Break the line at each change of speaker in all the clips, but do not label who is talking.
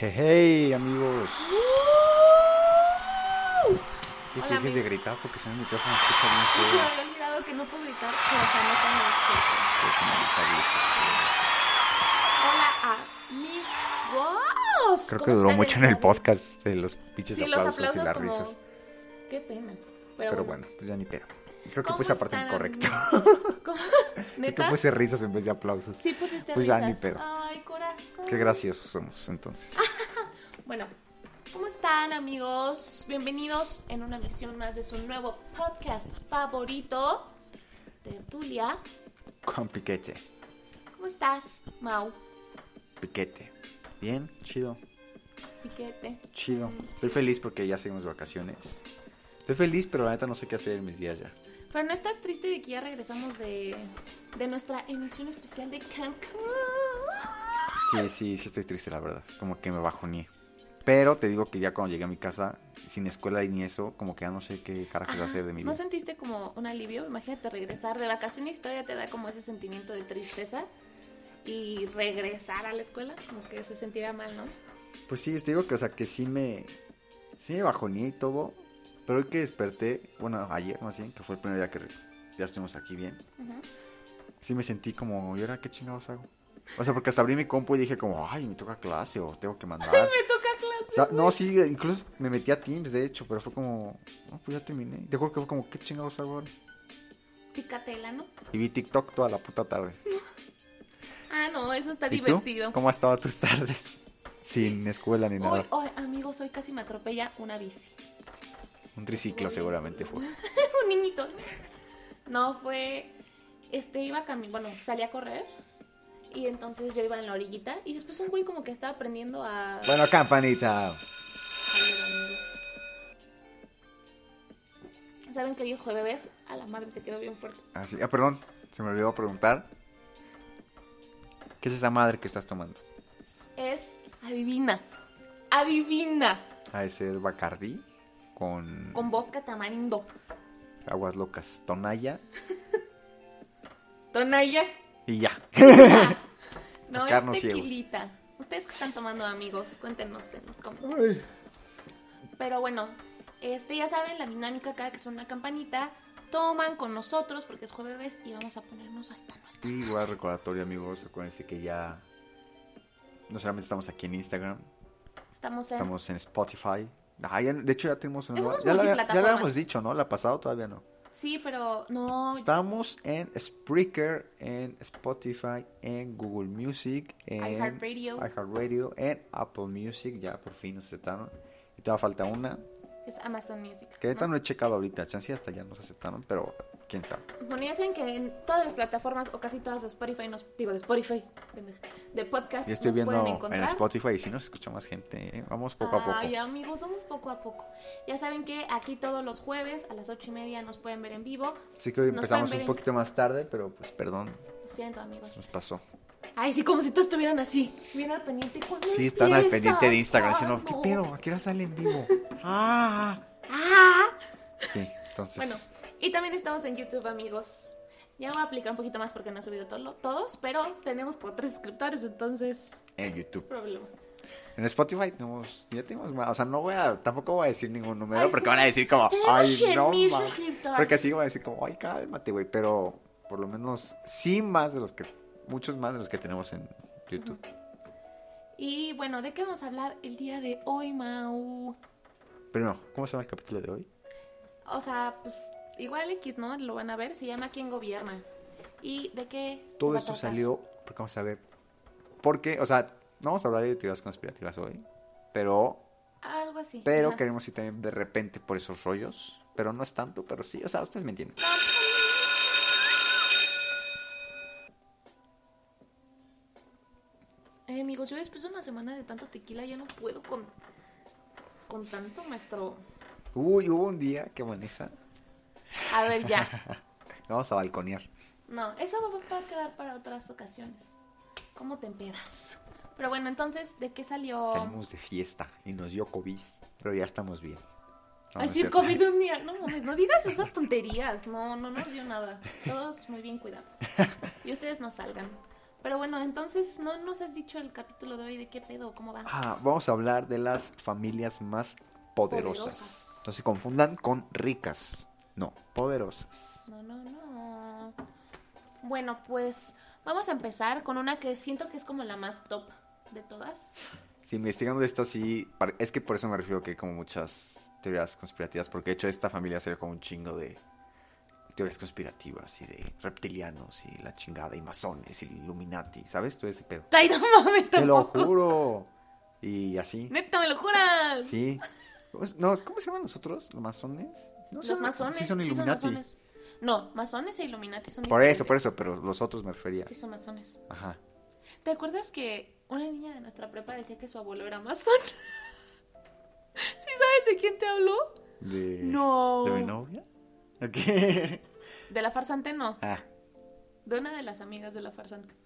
Hey, hey amigos. Y que
Hola,
dejes de
amigo.
gritar porque si no el micrófono se escucha bien feo.
Se me había olvidado que no puedo gritar, pero o sea, no tengo escucha.
Creo que no grita bien.
Hola, amigos.
Creo que
¿Cómo
duró
están
mucho en el
día de hoy?
podcast de los pinches
Sí, los
aplausos,
aplausos
y las
como...
risas.
Qué pena. Pero,
Pero, bueno, pues ya ni pedo. Creo que
¿Cómo
puse aparte
están,
incorrecto.
amigos? ¿Cómo?
Creo que
¿Neta?
puse risas en vez de aplausos.
Sí pusiste
Pues ya,
risas.
ni pedo.
Ay, corazón.
Qué graciosos somos entonces.
Bueno, ¿cómo están amigos? Bienvenidos en una emisión más de su nuevo podcast favorito, Tertulia.
Con piquete.
¿Cómo estás, Mau?
Piquete. Bien, chido,
Piquete.
chido. Estoy feliz porque ya seguimos de vacaciones. Estoy feliz, pero la neta no sé qué hacer en mis días ya.
Pero no estás triste de que ya regresamos de, de nuestra emisión especial de Cancún.
Sí, sí, sí estoy triste, la verdad. Como que me bajoné. Pero te digo que ya cuando llegué a mi casa, sin escuela y ni eso, como que ya no sé qué carajos
Ajá.
hacer de mi
¿No
vida.
sentiste como un alivio? Imagínate regresar de vacaciones y todavía te da como ese sentimiento de tristeza. Y regresar a la escuela, como que se sentirá mal, ¿no?
Pues sí, te digo que, o sea, que sí me... Sí me bajoné y todo. Pero hoy que desperté, bueno, ayer más bien, que fue el primer día que re- ya estuvimos aquí bien.
Ajá.
Sí me sentí como, ¿y ahora qué chingados hago? O sea, porque hasta abrí mi compu y dije como, ay, me toca clase o tengo que mandar.
Me toca clase.
O sea, no, sí, incluso me metí a Teams, de hecho, pero fue como, no, pues ya terminé. Te juro que fue como, ¿qué chingados hago ahora?
Picatela, ¿no?
Y vi TikTok toda la puta tarde.
Ah, no, eso está
¿Y tú?
divertido.
¿Cómo has estado tus tardes? Sin escuela ni
Hoy,
nada.
hoy, amigos, hoy casi me atropella una bici.
Un triciclo seguramente fue.
Un niñito. No, fue. Este iba a caminar. Bueno, salí a correr. Y entonces yo iba en la orillita. Y después un güey como que estaba aprendiendo a.
Bueno, campanita.
Saben que hoy es jueves, a la madre te quedó bien fuerte.
Así, ah, perdón, se me olvidó preguntar. ¿Qué es esa madre que estás tomando?
Es adivina. Adivina.
Ha de ser Bacardí con,
Con vodka tamarindo.
aguas locas, Tonaya
Tonaya.
y ya.
No, es
Sacarnos ciegos.
tequilita. ¿Ustedes qué están tomando, amigos? Cuéntenos en los comentarios. Pero bueno, este ya saben, la dinámica cada que suena una campanita, toman con nosotros porque es jueves y vamos a ponernos hasta nuestra.
Y igual recordatorio, amigos, acuérdense que ya no solamente estamos aquí en Instagram,
Estamos en...
estamos en Spotify. Ah, ya- de hecho ya tenemos una
Ya
nueva-
somos
Ya la, ya la
multiplataformas.
habíamos dicho, ¿no? La pasado todavía no.
Sí, pero no...
Estamos en Spreaker, en Spotify, en Google Music, en
iHeartRadio.
iHeartRadio, en Apple Music, ya por fin nos aceptaron. Y te va falta una,
Es Amazon Music.
que ahorita
¿no?
no he checado ahorita, chance y hasta ya nos aceptaron, pero quién sabe.
Bueno, ya saben que en todas las plataformas o casi todas de Spotify, nos, digo de Spotify, de podcast,
Yo estoy
nos
viendo
pueden
en
encontrar. Ah,
Spotify y si nos escucha más gente, ¿eh? vamos poco a poco.
Ay, amigos, vamos poco a poco. Ya saben que aquí todos los jueves a las ocho y media nos pueden ver en vivo.
Así que hoy
Nos
empezamos
pueden ver
un
en-
poquito más tarde, pero pues perdón,
Lo siento, amigos.
nos pasó.
Ay, sí, como si todos estuvieran así, bien al pendiente. ¿cuándo
Sí, están al
empieza? Ah,
pendiente de Instagram,
Ay,
diciendo, ¿qué
no.
pedo? ¿A qué hora sale en vivo? Ah,
Ah.
sí, entonces...
Bueno, y también estamos en YouTube, amigos. Ya voy a aplicar un poquito más porque no he subido todo- todos, pero tenemos como tres suscriptores, entonces,
en YouTube.
problema.
En Spotify tenemos, ya tenemos más, o sea, no voy a, tampoco voy a decir ningún número
Ay,
porque
sí.
van a decir como,
Tenemos
Ah, ay,
100,000
no, mames".
suscriptores.
porque así van a decir como, ay, cálmate, güey, pero por lo menos sí más de los que, muchos más de los que tenemos en YouTube.
Y bueno, ¿de qué vamos a hablar el día de hoy, Mau?
Primero, ¿cómo se llama el capítulo de hoy?
O sea, pues igual X, ¿no? Lo van a ver, se llama ¿Quién gobierna? ¿Y de qué? se
Todo
va a
esto
tratar?
salió porque vamos a ver, porque, o sea, no vamos a hablar de teorías conspirativas hoy, pero,
Algo así.
pero
ajá.
queremos ir también de repente por esos rollos, pero no es tanto, pero sí, o sea, ustedes me entienden.
Ay, Eh, amigos, yo después de una semana de tanto tequila ya no puedo con, con tanto maestro.
Uy, hubo un día que Vanessa,
A ver, ya.
vamos a balconear.
No, eso va va a quedar para otras ocasiones. ¿Cómo te empedas? Pero bueno, entonces, ¿de qué salió?
Salimos de fiesta y nos dio COVID, pero ya estamos bien. No, no es
Así el
cierto.
COVID de un día. No mames, no digas esas tonterías. No, no nos dio nada. Todos muy bien cuidados. Y ustedes no salgan. Pero bueno, entonces no nos has dicho el capítulo de hoy de qué pedo, cómo va.
Ah, vamos a hablar de las familias más poderosas.
Poderosas.
No se confundan con ricas. No, poderosas.
No, no, no. Bueno, pues vamos a empezar con una que siento que es como la más top de todas.
Si investigando esto sí, pare- es que por eso me refiero que hay como muchas teorías conspirativas, porque de hecho esta familia se ve como un chingo de teorías conspirativas y de reptilianos y la chingada y masones y Illuminati, ¿sabes? Todo ese pedo.
Ay, no mames,
Te lo
tampoco.
juro. Y así.
Neta, me lo juras.
Sí. ¿Cómo es- No, ¿cómo se llaman nosotros? ¿Los masones? No
Los
son-
masones.
Sí, son Illuminati.
masones. No, masones e Illuminati son
Por eso,
diferentes.
por eso, pero los otros me refería.
Sí, son masones.
Ajá.
¿Te acuerdas que una niña de nuestra prepa decía que su abuelo era masón? ¿Sí sabes de quién te habló?
De...
No.
Eh, ¿De mi novia? ¿O qué?
De la farsante no,
Ah,
de una de las amigas de la farsante.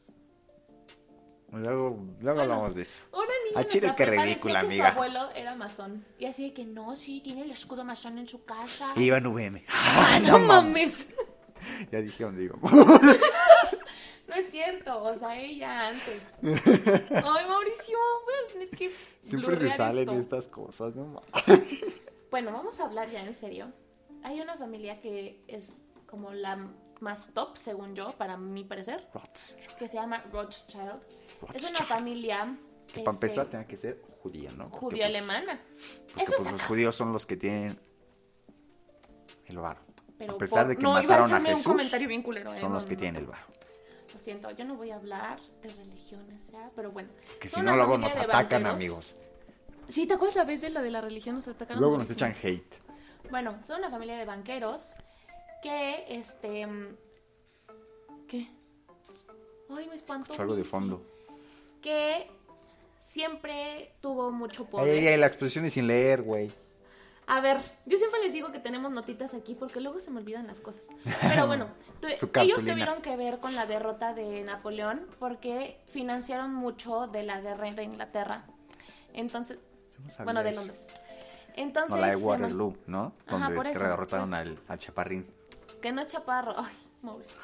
luego, luego hablamos de eso.
Una niña
Ah,
de
chile,
nuestra
qué
prepa
ridícula,
decía que
amiga.
su abuelo era masón. Y así de que no, sí, tiene el escudo masón en su casa.
Y Iván VM.
Ah, no mames.
Ya dije dónde digo.
No es cierto, o sea, ella antes. Ay, Mauricio, voy a tener que
Siempre se
blurrear
salen
esto.
estas cosas, no mames.
Bueno, vamos a hablar ya en serio. Hay una familia que es como la más top, según yo, para mi parecer,
Rothschild.
que se llama Rothschild. Es una
Rothschild.
familia
Que para
este,
empezar tenía que ser judía, ¿no? Porque, pues,
judío-alemana.
Porque
Eso
pues,
está
los
mal,
judíos son los que tienen el varo.
pero
a pesar
por-
de que
no, iba a
mataron a
echarme
Jesús,
un comentario bien culero. eh,
son
no,
los que
no,
tienen
no.
el varo.
Lo siento, yo no voy a hablar de religiones ya, pero bueno.
Que si
Son una
no, luego nos
familia de
atacan,
banqueros.
amigos.
Sí, ¿te acuerdas la vez de lo de la religión? Nos atacaron.
Luego nos
durísimo.
echan hate.
Bueno, son una familia de banqueros que, este... mm, ¿Qué? Ay, me espantó.
Algo de
sí.
fondo.
Que siempre tuvo mucho
Ay,
poder.
ay, ay, la exposición es sin leer, güey.
A ver, yo siempre les digo que tenemos notitas aquí porque luego se me olvidan las cosas. Pero bueno,
Su
tu- ellos
cartulina.
tuvieron que ver con la derrota de Napoleón porque financiaron mucho de la guerra de Inglaterra. Entonces,
Yo no sabía
bueno, de
eso.
Londres. Entonces,
No, la de
se man-
Waterloo, ¿no?
Ajá,
Donde
por
te
eso,
derrotaron
pues.
al, al chaparrín.
Que no es chaparro. Ay, Mauricio.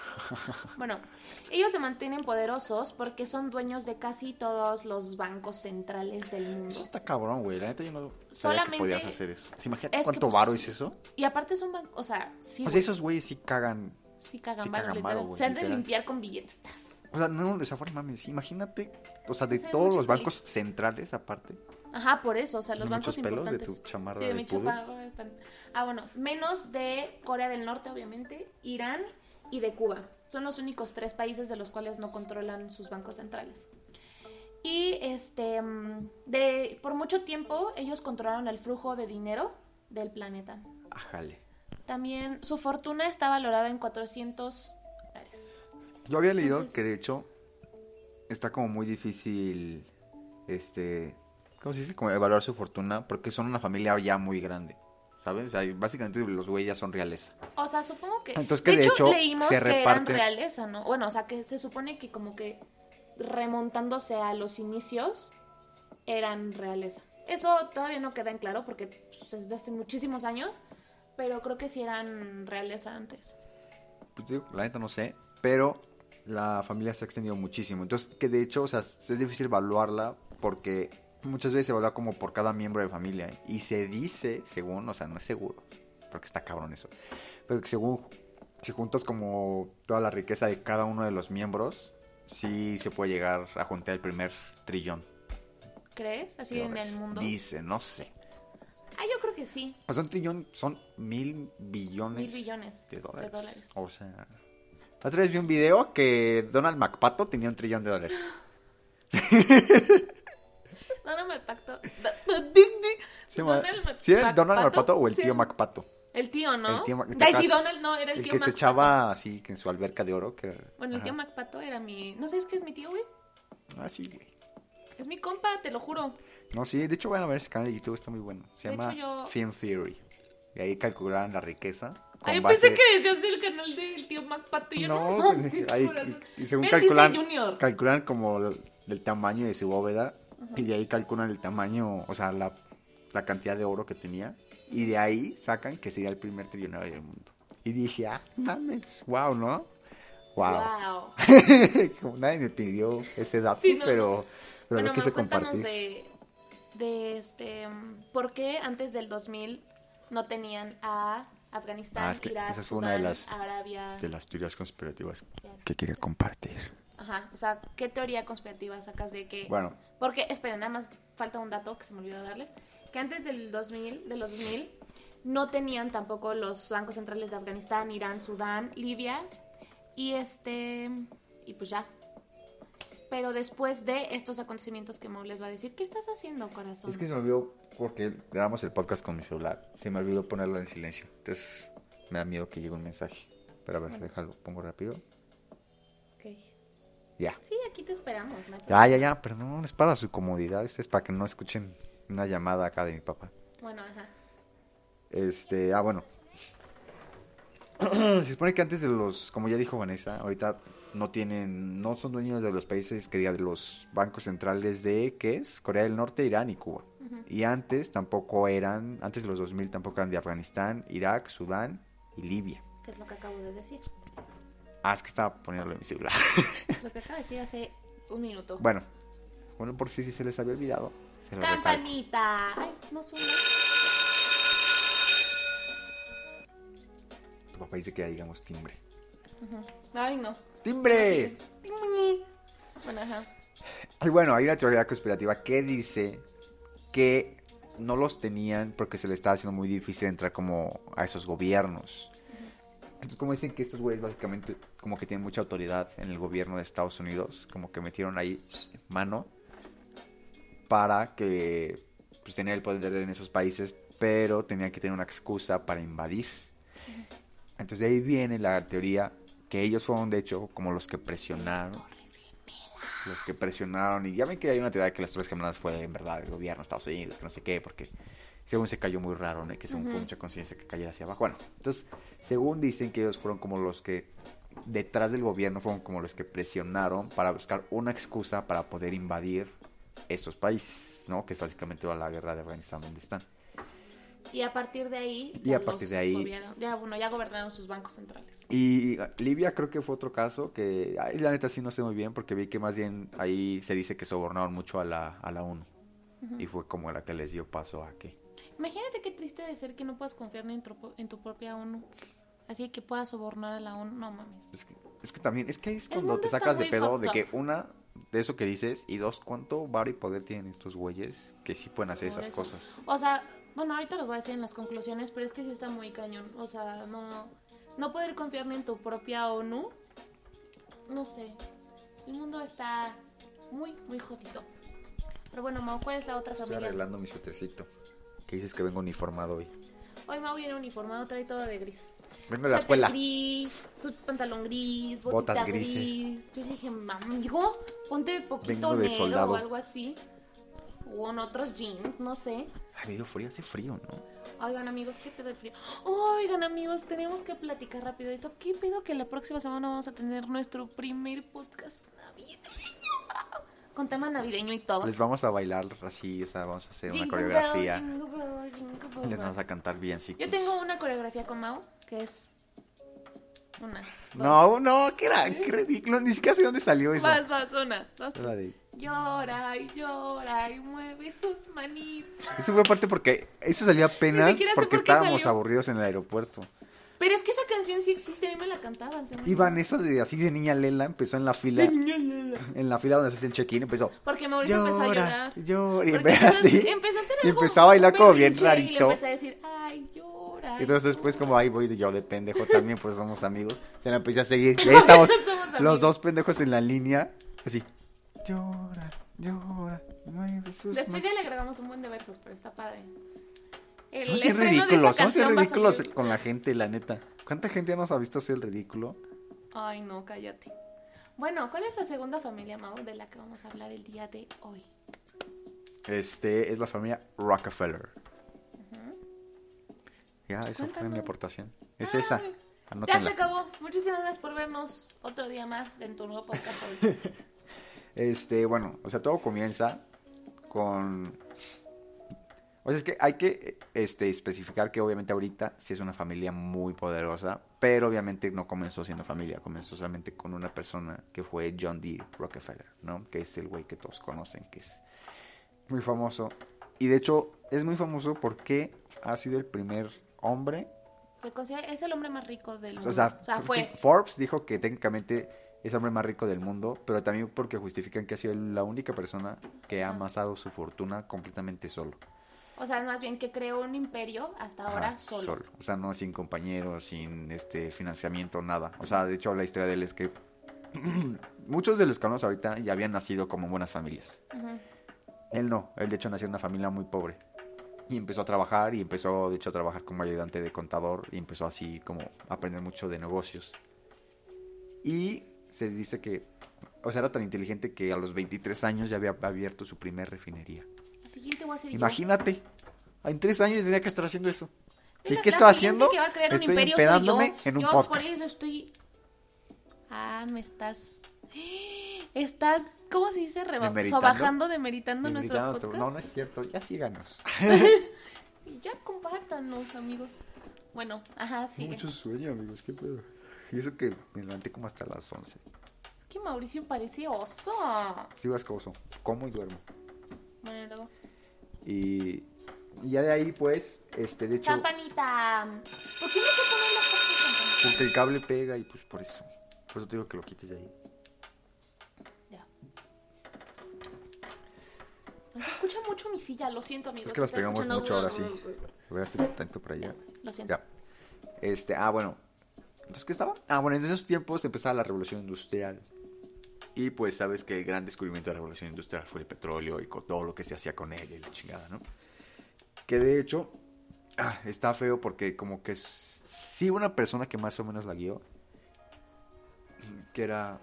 Bueno, ellos se mantienen poderosos porque son dueños de casi todos los bancos centrales del mundo.
Eso está cabrón, güey. La neta yo no sabía
Solamente-
que podías hacer eso. Sí, imagínate
es que,
cuánto
pues,
varo es eso.
Y aparte es un banco, o sea, sí,
O sea,
güey,
esos güeyes sí cagan.
sí cagan
sí
varo,
cagan
literal.
varo, güey,
Se han de
literal.
limpiar con billetes. tas.
O sea, no, esa forma mames. Imagínate, o sea, de
Sí, hay
todos
muchos
los bancos centrales aparte.
Ajá, por eso, o sea, los
¿No
bancos
muchos pelos de
importantes.
tu chamarra
sí, de
de
mi
pudú?
chamarra están. Ah, bueno, menos de Corea del Norte, obviamente, Irán y de Cuba. Son los únicos tres países de los cuales no controlan sus bancos centrales. Y este mm, de por mucho tiempo ellos controlaron el flujo de dinero del planeta.
Ájale.
También su fortuna está valorada en 400 dólares.
Yo había leído
Entonces-
que de hecho está como muy difícil, este, ¿cómo se dice? Como evaluar su fortuna porque son una familia ya muy grande, ¿sabes? O sea, básicamente los güeyes ya son realeza.
O sea, supongo que.
Entonces, que de hecho,
leímos
se
que eran
reparte-
realeza, ¿no? Bueno, o sea, que se supone que como que remontándose a los inicios eran realeza. Eso todavía no queda en claro porque pues, es de hace muchísimos años, pero creo que sí eran realeza antes.
Pues digo, la neta no sé, pero la familia se ha extendido muchísimo. Entonces, que de hecho, o sea, es difícil evaluarla porque muchas veces se evalúa como por cada miembro de familia. Y se dice, según, o sea, no es seguro, porque está cabrón eso, pero que según, si juntas como toda la riqueza de cada uno de los miembros, sí se puede llegar a juntar el primer trillón.
¿Crees? Así
de
en el
dólares.
mundo.
Dice, no sé.
Ah, yo creo que sí.
O sea, un trillón son mil billones.
Mil billones
de dólares.
de dólares.
O sea. La otra vez vi un video que Donald McPato tenía un trillón de dólares.
Donald McPacto.
Sí, ma-
Donald Mac-
¿Sí era el Donald
MacPato?
MacPato o el
Sí,
tío MacPato?
El tío, ¿no?
El tío Mac- ¿te
Ay, sí,
acuerdas?
Donald no, era el,
El
tío
que se
Macpato.
echaba así que en su alberca de oro. Que...
Bueno, el tío
Ajá.
Macpato era mi. ¿No sabes qué es mi tío, güey?
Ah, sí, güey.
Es mi compa, te lo juro.
No, sí, de hecho, van a ver ese canal de YouTube, está muy bueno. Se
De
llama
hecho, yo-
Film Theory. Y ahí calculaban la riqueza. con
Ay,
base-
Ah, pensé que decías del canal del tío Macpato. Yo no,
No, pues,
no,
güey,
mi
ahí-
corazón.
y, y según
Era el
calculan,
Disney Junior.
calculan como el, el tamaño de su bóveda y de ahí calculan el tamaño, o sea, la, la cantidad de oro que tenía y de ahí sacan que sería el primer trillonario del mundo. Y dije, ah, mames, wow, ¿no? Wow.
Wow.
Como nadie me pidió ese dato,
Sí, no.
pero, pero
bueno,
lo quise
Mau, cuéntanos
compartir.
de, de este, mm, ¿por qué antes del 2000 no tenían a Afganistán,
Ah, es que
Irak,
esa fue una de
Sudán,
las-
Arabia?
De las teorías conspirativas
Ya sé.
que quería compartir.
Ajá, o sea, ¿qué teoría conspirativa sacas de que...?
Bueno,
Porque, esperen, nada más falta un dato que se me olvidó darles, que antes del 2000, de los 2000, no tenían tampoco los bancos centrales de Afganistán, Irán, Sudán, Libia, y este, y pues ya. Pero después de estos acontecimientos que Mau les va a decir, ¿qué estás haciendo, corazón?
es que se me olvidó porque grabamos el podcast con mi celular. Se me olvidó ponerlo en silencio. Entonces me da miedo que llegue un mensaje. Pero a ver,
Bueno.
déjalo, pongo rápido.
Ok.
Ya.
Sí, aquí te esperamos, ¿no? hay problema.
Ya, ya, ya, perdón, es para su comodidad, este, es para que no escuchen una llamada acá de mi papá.
Bueno, ajá.
Este, ah, bueno. Se supone que antes de los, como ya dijo Vanessa, ahorita no tienen, no son dueños de los países que diga de los bancos centrales de, ¿qué es? Corea del Norte, Irán y Cuba.
Ujú.
Y antes tampoco eran, antes de los 2000 tampoco eran de Afganistán, Irak, Sudán y Libia.
¿Qué es lo que acabo de decir?
Ah, es que estaba poniéndolo en mi celular.
Lo que acabo de decir hace un minuto.
Bueno, bueno, por si se les había olvidado. Se lo recalco.
Campanita. Ay, no suena.
Tu papá dice que ya digamos timbre.
Ay, no.
¡Timbre!
Bueno, ajá.
Y bueno, hay una teoría conspirativa que dice que no los tenían porque se les estaba haciendo muy difícil entrar como a esos gobiernos. Entonces, como dicen que estos güeyes básicamente como que tienen mucha autoridad en el gobierno de Estados Unidos, como que metieron ahí mano para que pues tener el poder en esos países, pero tenían que tener una excusa para invadir. Entonces de ahí viene la teoría que ellos fueron de hecho como los que presionaron los que presionaron. Y ya ven que hay una teoría de que las Torres Gemelas fue en verdad el gobierno de Estados Unidos, que no sé qué, porque según se cayó muy raro, ¿no? Y que según
Ujú.
fue mucha conciencia que cayera hacia abajo. Bueno, entonces, según dicen que ellos fueron como los que detrás del gobierno fueron como los que presionaron para buscar una excusa para poder invadir estos países, ¿no? Que es básicamente toda la guerra de Afganistán donde están.
Y a partir de ahí. pues,
Y a partir
los
de ahí-
gobierno- ya, bueno, ya gobernaron sus bancos centrales.
Y Libia creo que fue otro caso que, ay, la neta sí no sé muy bien, porque vi que más bien ahí se dice que sobornaron mucho a la, a la ONU. Y fue como la que les dio paso a que
Imagínate qué triste de ser que no puedas confiar ni en tu, en tu propia ONU. Así que puedas sobornar a la ONU. No mames.
Es que, es que también, es que es
El
cuando
mundo
te
está
sacas de
muy
pedo
fucked
de que
up.
una, de eso que dices, y dos, cuánto bar y poder tienen estos güeyes que sí pueden hacer
Por
esas
eso.
cosas.
O sea, bueno, ahorita los voy a decir en las conclusiones, pero es que sí está muy cañón. O sea, no, no poder confiar ni en tu propia ONU. No sé. El mundo está muy, muy jodido. Pero bueno, Mau, ¿cuál es la otra
Estoy
familia?
arreglando mi suétercito. Que dices que vengo uniformado hoy.
Hoy Mau viene uniformado, trae todo de gris.
Vengo de la
Suéter
escuela.
gris, su pantalón gris,
Botas
botas
grises.
gris. Yo le dije, mami, hijo, ponte
Vengo
poquito
de
negro
soldado.
o algo así. O en otros jeans, no sé.
Ha habido frío, hace frío, ¿no?
Oigan, amigos, qué pedo el frío. Oigan, amigos, tenemos que platicar rápido esto. Qué pedo que la próxima semana vamos a tener nuestro primer podcast navideño. Con tema navideño y todo.
Les vamos a bailar así, o sea, vamos a hacer una
Jingle bell,
coreografía.
jingle bell, jingle
Y
bell.
les vamos a cantar bien, sí.
Yo tengo una coreografía con Mau, que es una. dos.
No, no, que era qué ridículo, ni siquiera sé dónde salió eso.
Vas, vas, una, dos,
Era de-
Llora y llora y mueve sus manitas.
Eso fue aparte porque eso salió apenas
siquiera sé
porque
por qué
estábamos
salió.
aburridos en el aeropuerto.
Pero es que esa canción sí existe, a mí me la cantaban. según
Y
yo.
Vanessa, de, así de niña Lela, empezó en la fila. En la fila donde se hace el check-in, empezó.
Porque Mauricio empezó a llorar.
llora. Y
Porque
empezó así.
empezó a hacer
Y
algo
empezó a bailar como bien
berrinche, Y le
rarito.
empecé a decir, ay, llora.
Y Entonces, pues, después,
llora".
como ahí voy yo de pendejo también, pues somos amigos. Se la empecé a seguir. Y ahí estamos
Por eso somos
los
amigos.
dos pendejos en la línea. Así. Llora, llora. mueve sus
Después
manos.
ya le agregamos un buen de versos, pero está padre. El
Somos bien
estreno de esa
ridículos. Somos bien
canción va a
ridículos
salir-
con la gente, la neta. ¿Cuánta gente nos ha visto hacer el ridículo?
Ay, no, cállate. Bueno, ¿cuál es la segunda familia, Mau, de la que vamos a hablar el día de hoy?
Este es la familia Rockefeller. Ya, esa fue mi
Pues cuéntanos.
aportación. Es
Ah,
esa.
ya Ya se
Anótenla.
acabó. Muchísimas gracias por vernos otro día más en tu nuevo podcast hoy.
Este, bueno, o sea, todo comienza con. O sea, es que hay que este, especificar que obviamente ahorita sí es una familia muy poderosa, pero obviamente no comenzó siendo familia, comenzó solamente con una persona que fue John D. Rockefeller, ¿no? Que es el güey que todos conocen, que es muy famoso. Y de hecho es muy famoso porque ha sido el primer hombre.
Se considera, es el hombre más rico del mundo.
O sea,
o sea fue.
Forbes dijo que técnicamente es el hombre más rico del mundo, pero también porque justifican que ha sido la única persona que
Ah.
ha amasado su fortuna completamente solo.
O sea, más bien que creó un imperio hasta ahora
Ajá,
solo.
O sea, no sin compañeros, sin este financiamiento, nada. O sea, de hecho la historia de él es que muchos de los que hablamos ahorita ya habían nacido como en buenas familias.
Ujú.
Él no, él de hecho nació en una familia muy pobre. Y empezó a trabajar y empezó de hecho a trabajar como ayudante de contador y empezó así como a aprender mucho de negocios. Y se dice que, o sea, era tan inteligente que a los 23 años ya había abierto su primer refinería.
La siguiente voy a hacer yo.
Imagínate, en tres años tenía que estar haciendo eso.
Es
¿Y
la-
qué
la
estaba
siguiente
haciendo?
que va a crear un
Estoy
imperio soy
empedándome
yo.
en un
Yo por
podcast.
eso estoy... Ah, me estás... Estás, ¿cómo se dice? Reba...
¿Demeritando?
Sobajando, demeritando
Y
nuestro
gritaba,
podcast.
No, no es cierto, ya síganos.
Y ya compártanos, amigos. Bueno, ajá, sigue.
sueño, amigos, qué pedo. Y eso que me levanté como hasta las 11.
Es que Mauricio parece oso.
Sigo ascoso, como y duermo.
Bueno, y luego...
Y y ya de ahí, pues, este, de hecho,
Campanita. ¿Por qué no se ponen las cosas en campanita?
porque el cable pega y pues por eso. Por eso te digo que lo quites de ahí.
Ya. No se escucha mucho mi silla, lo siento, amigos.
Es que las
Está
pegamos
escuchando-
mucho ahora sí. Voy a hacer tanto para allá.
Lo siento.
Ya. Este, ah, bueno. Entonces, ¿qué estaba? Ah, bueno, en esos tiempos empezaba la revolución industrial. Y pues sabes que el gran descubrimiento de la revolución industrial fue el petróleo y con todo lo que se hacía con él y la chingada, ¿no? Que de hecho, ah, está feo porque como que s- sí una persona que más o menos la guió, que era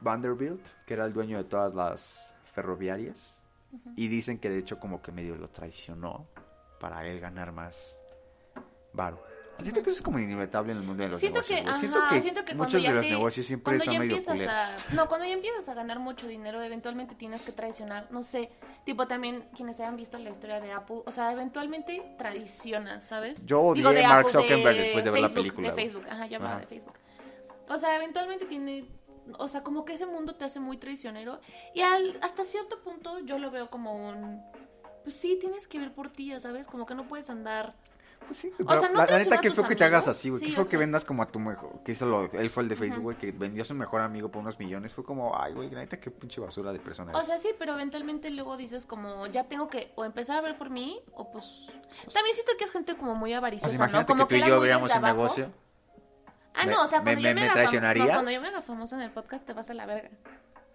Vanderbilt, que era el dueño de todas las ferroviarias. Y dicen que de hecho como que medio lo traicionó para él ganar más varo. Siento que eso es como inevitable en el mundo de los
siento,
negocios.
que,
güey.
ajá,
siento que
cuando
muchos
ya
de los
te-
negocios siempre
cuando
son
ya
medio
empiezas
culeros.
a- no, cuando ya empiezas a ganar mucho dinero, eventualmente tienes que traicionar, no sé, tipo también quienes hayan visto la historia de Apple, o sea, eventualmente traicionas, ¿sabes?
Yo odié
Digo, de
a Mark
Apple, de
Zuckerberg después de ver la
Facebook,
película,
De
güey.
Facebook, ajá, yo hablaba
Ajá.
de Facebook. O sea, eventualmente tiene, o sea, como que ese mundo te hace muy traicionero y al- hasta cierto punto yo lo veo como un, pues sí, tienes que ver por ti, ya ¿sabes? Como que no puedes andar...
Pues sí, pero
sea, no
la, la
traicionar
neta,
a
qué
tus
feo que te hagas
amigos.
así, güey.
Sí,
qué
o
feo que
sea.
vendas como a tu mejor. Que hizo lo, él fue el de Facebook,
Ujú.
güey, que vendió a su mejor amigo por unos millones. Fue como, ay, güey, la neta, qué pinche basura de persona.
O
eres.
sea, sí, pero eventualmente luego dices como, ya tengo que o empezar a ver por mí, o pues... También siento que es gente como muy
O sea,
avariciosa, ¿no?
Pues imagínate
Como
que tú y
eran
yo
muy
abriéramos
desde
un
abajo.
negocio.
Ah,
Me-
no, o sea,
me-
cuando,
me- me
yo me haga fam-
traicionarías.
no, cuando yo me haga famosa en el podcast te vas a la verga.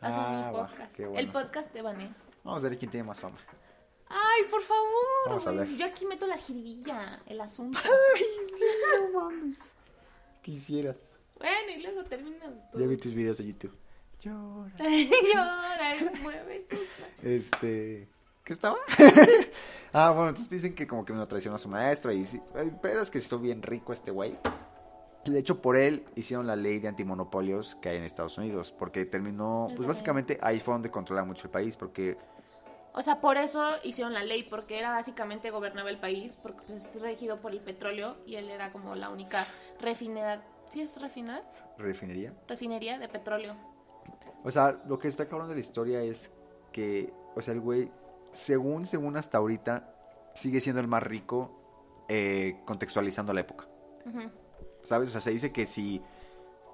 Vas a
Ah,
mi
va,
podcast.
qué bueno.
El podcast te banea.
Vamos a ver quién tiene más fama.
Ay, por favor.
Vamos a
güey,
ver.
Yo aquí meto la jiribilla, el asunto.
Quisiera.
bueno, y luego termina todo.
Ya vi tus videos de YouTube. Llora.
Llora, mueve.
Este. ¿Qué estaba? ah, bueno, entonces dicen que como que me lo traicionó a su maestro. Y sí, el pedo es que estuvo bien rico este güey. Y De hecho, por él hicieron la ley de antimonopolios que hay en Estados Unidos. Porque terminó.
Esa
Pues
ley.
básicamente ahí fue donde controlaba mucho el país. Porque
O sea, por eso hicieron la ley, porque era básicamente gobernaba el país, porque pues, es regido por el petróleo y él era como la única refinera. ¿Sí es refinar?
refinería.
Refinería de petróleo.
O sea, lo que está cabrón de la historia es que. O sea, el güey, según, según hasta ahorita, sigue siendo el más rico eh, contextualizando la época.
Ujú.
¿Sabes? O sea, se dice que si.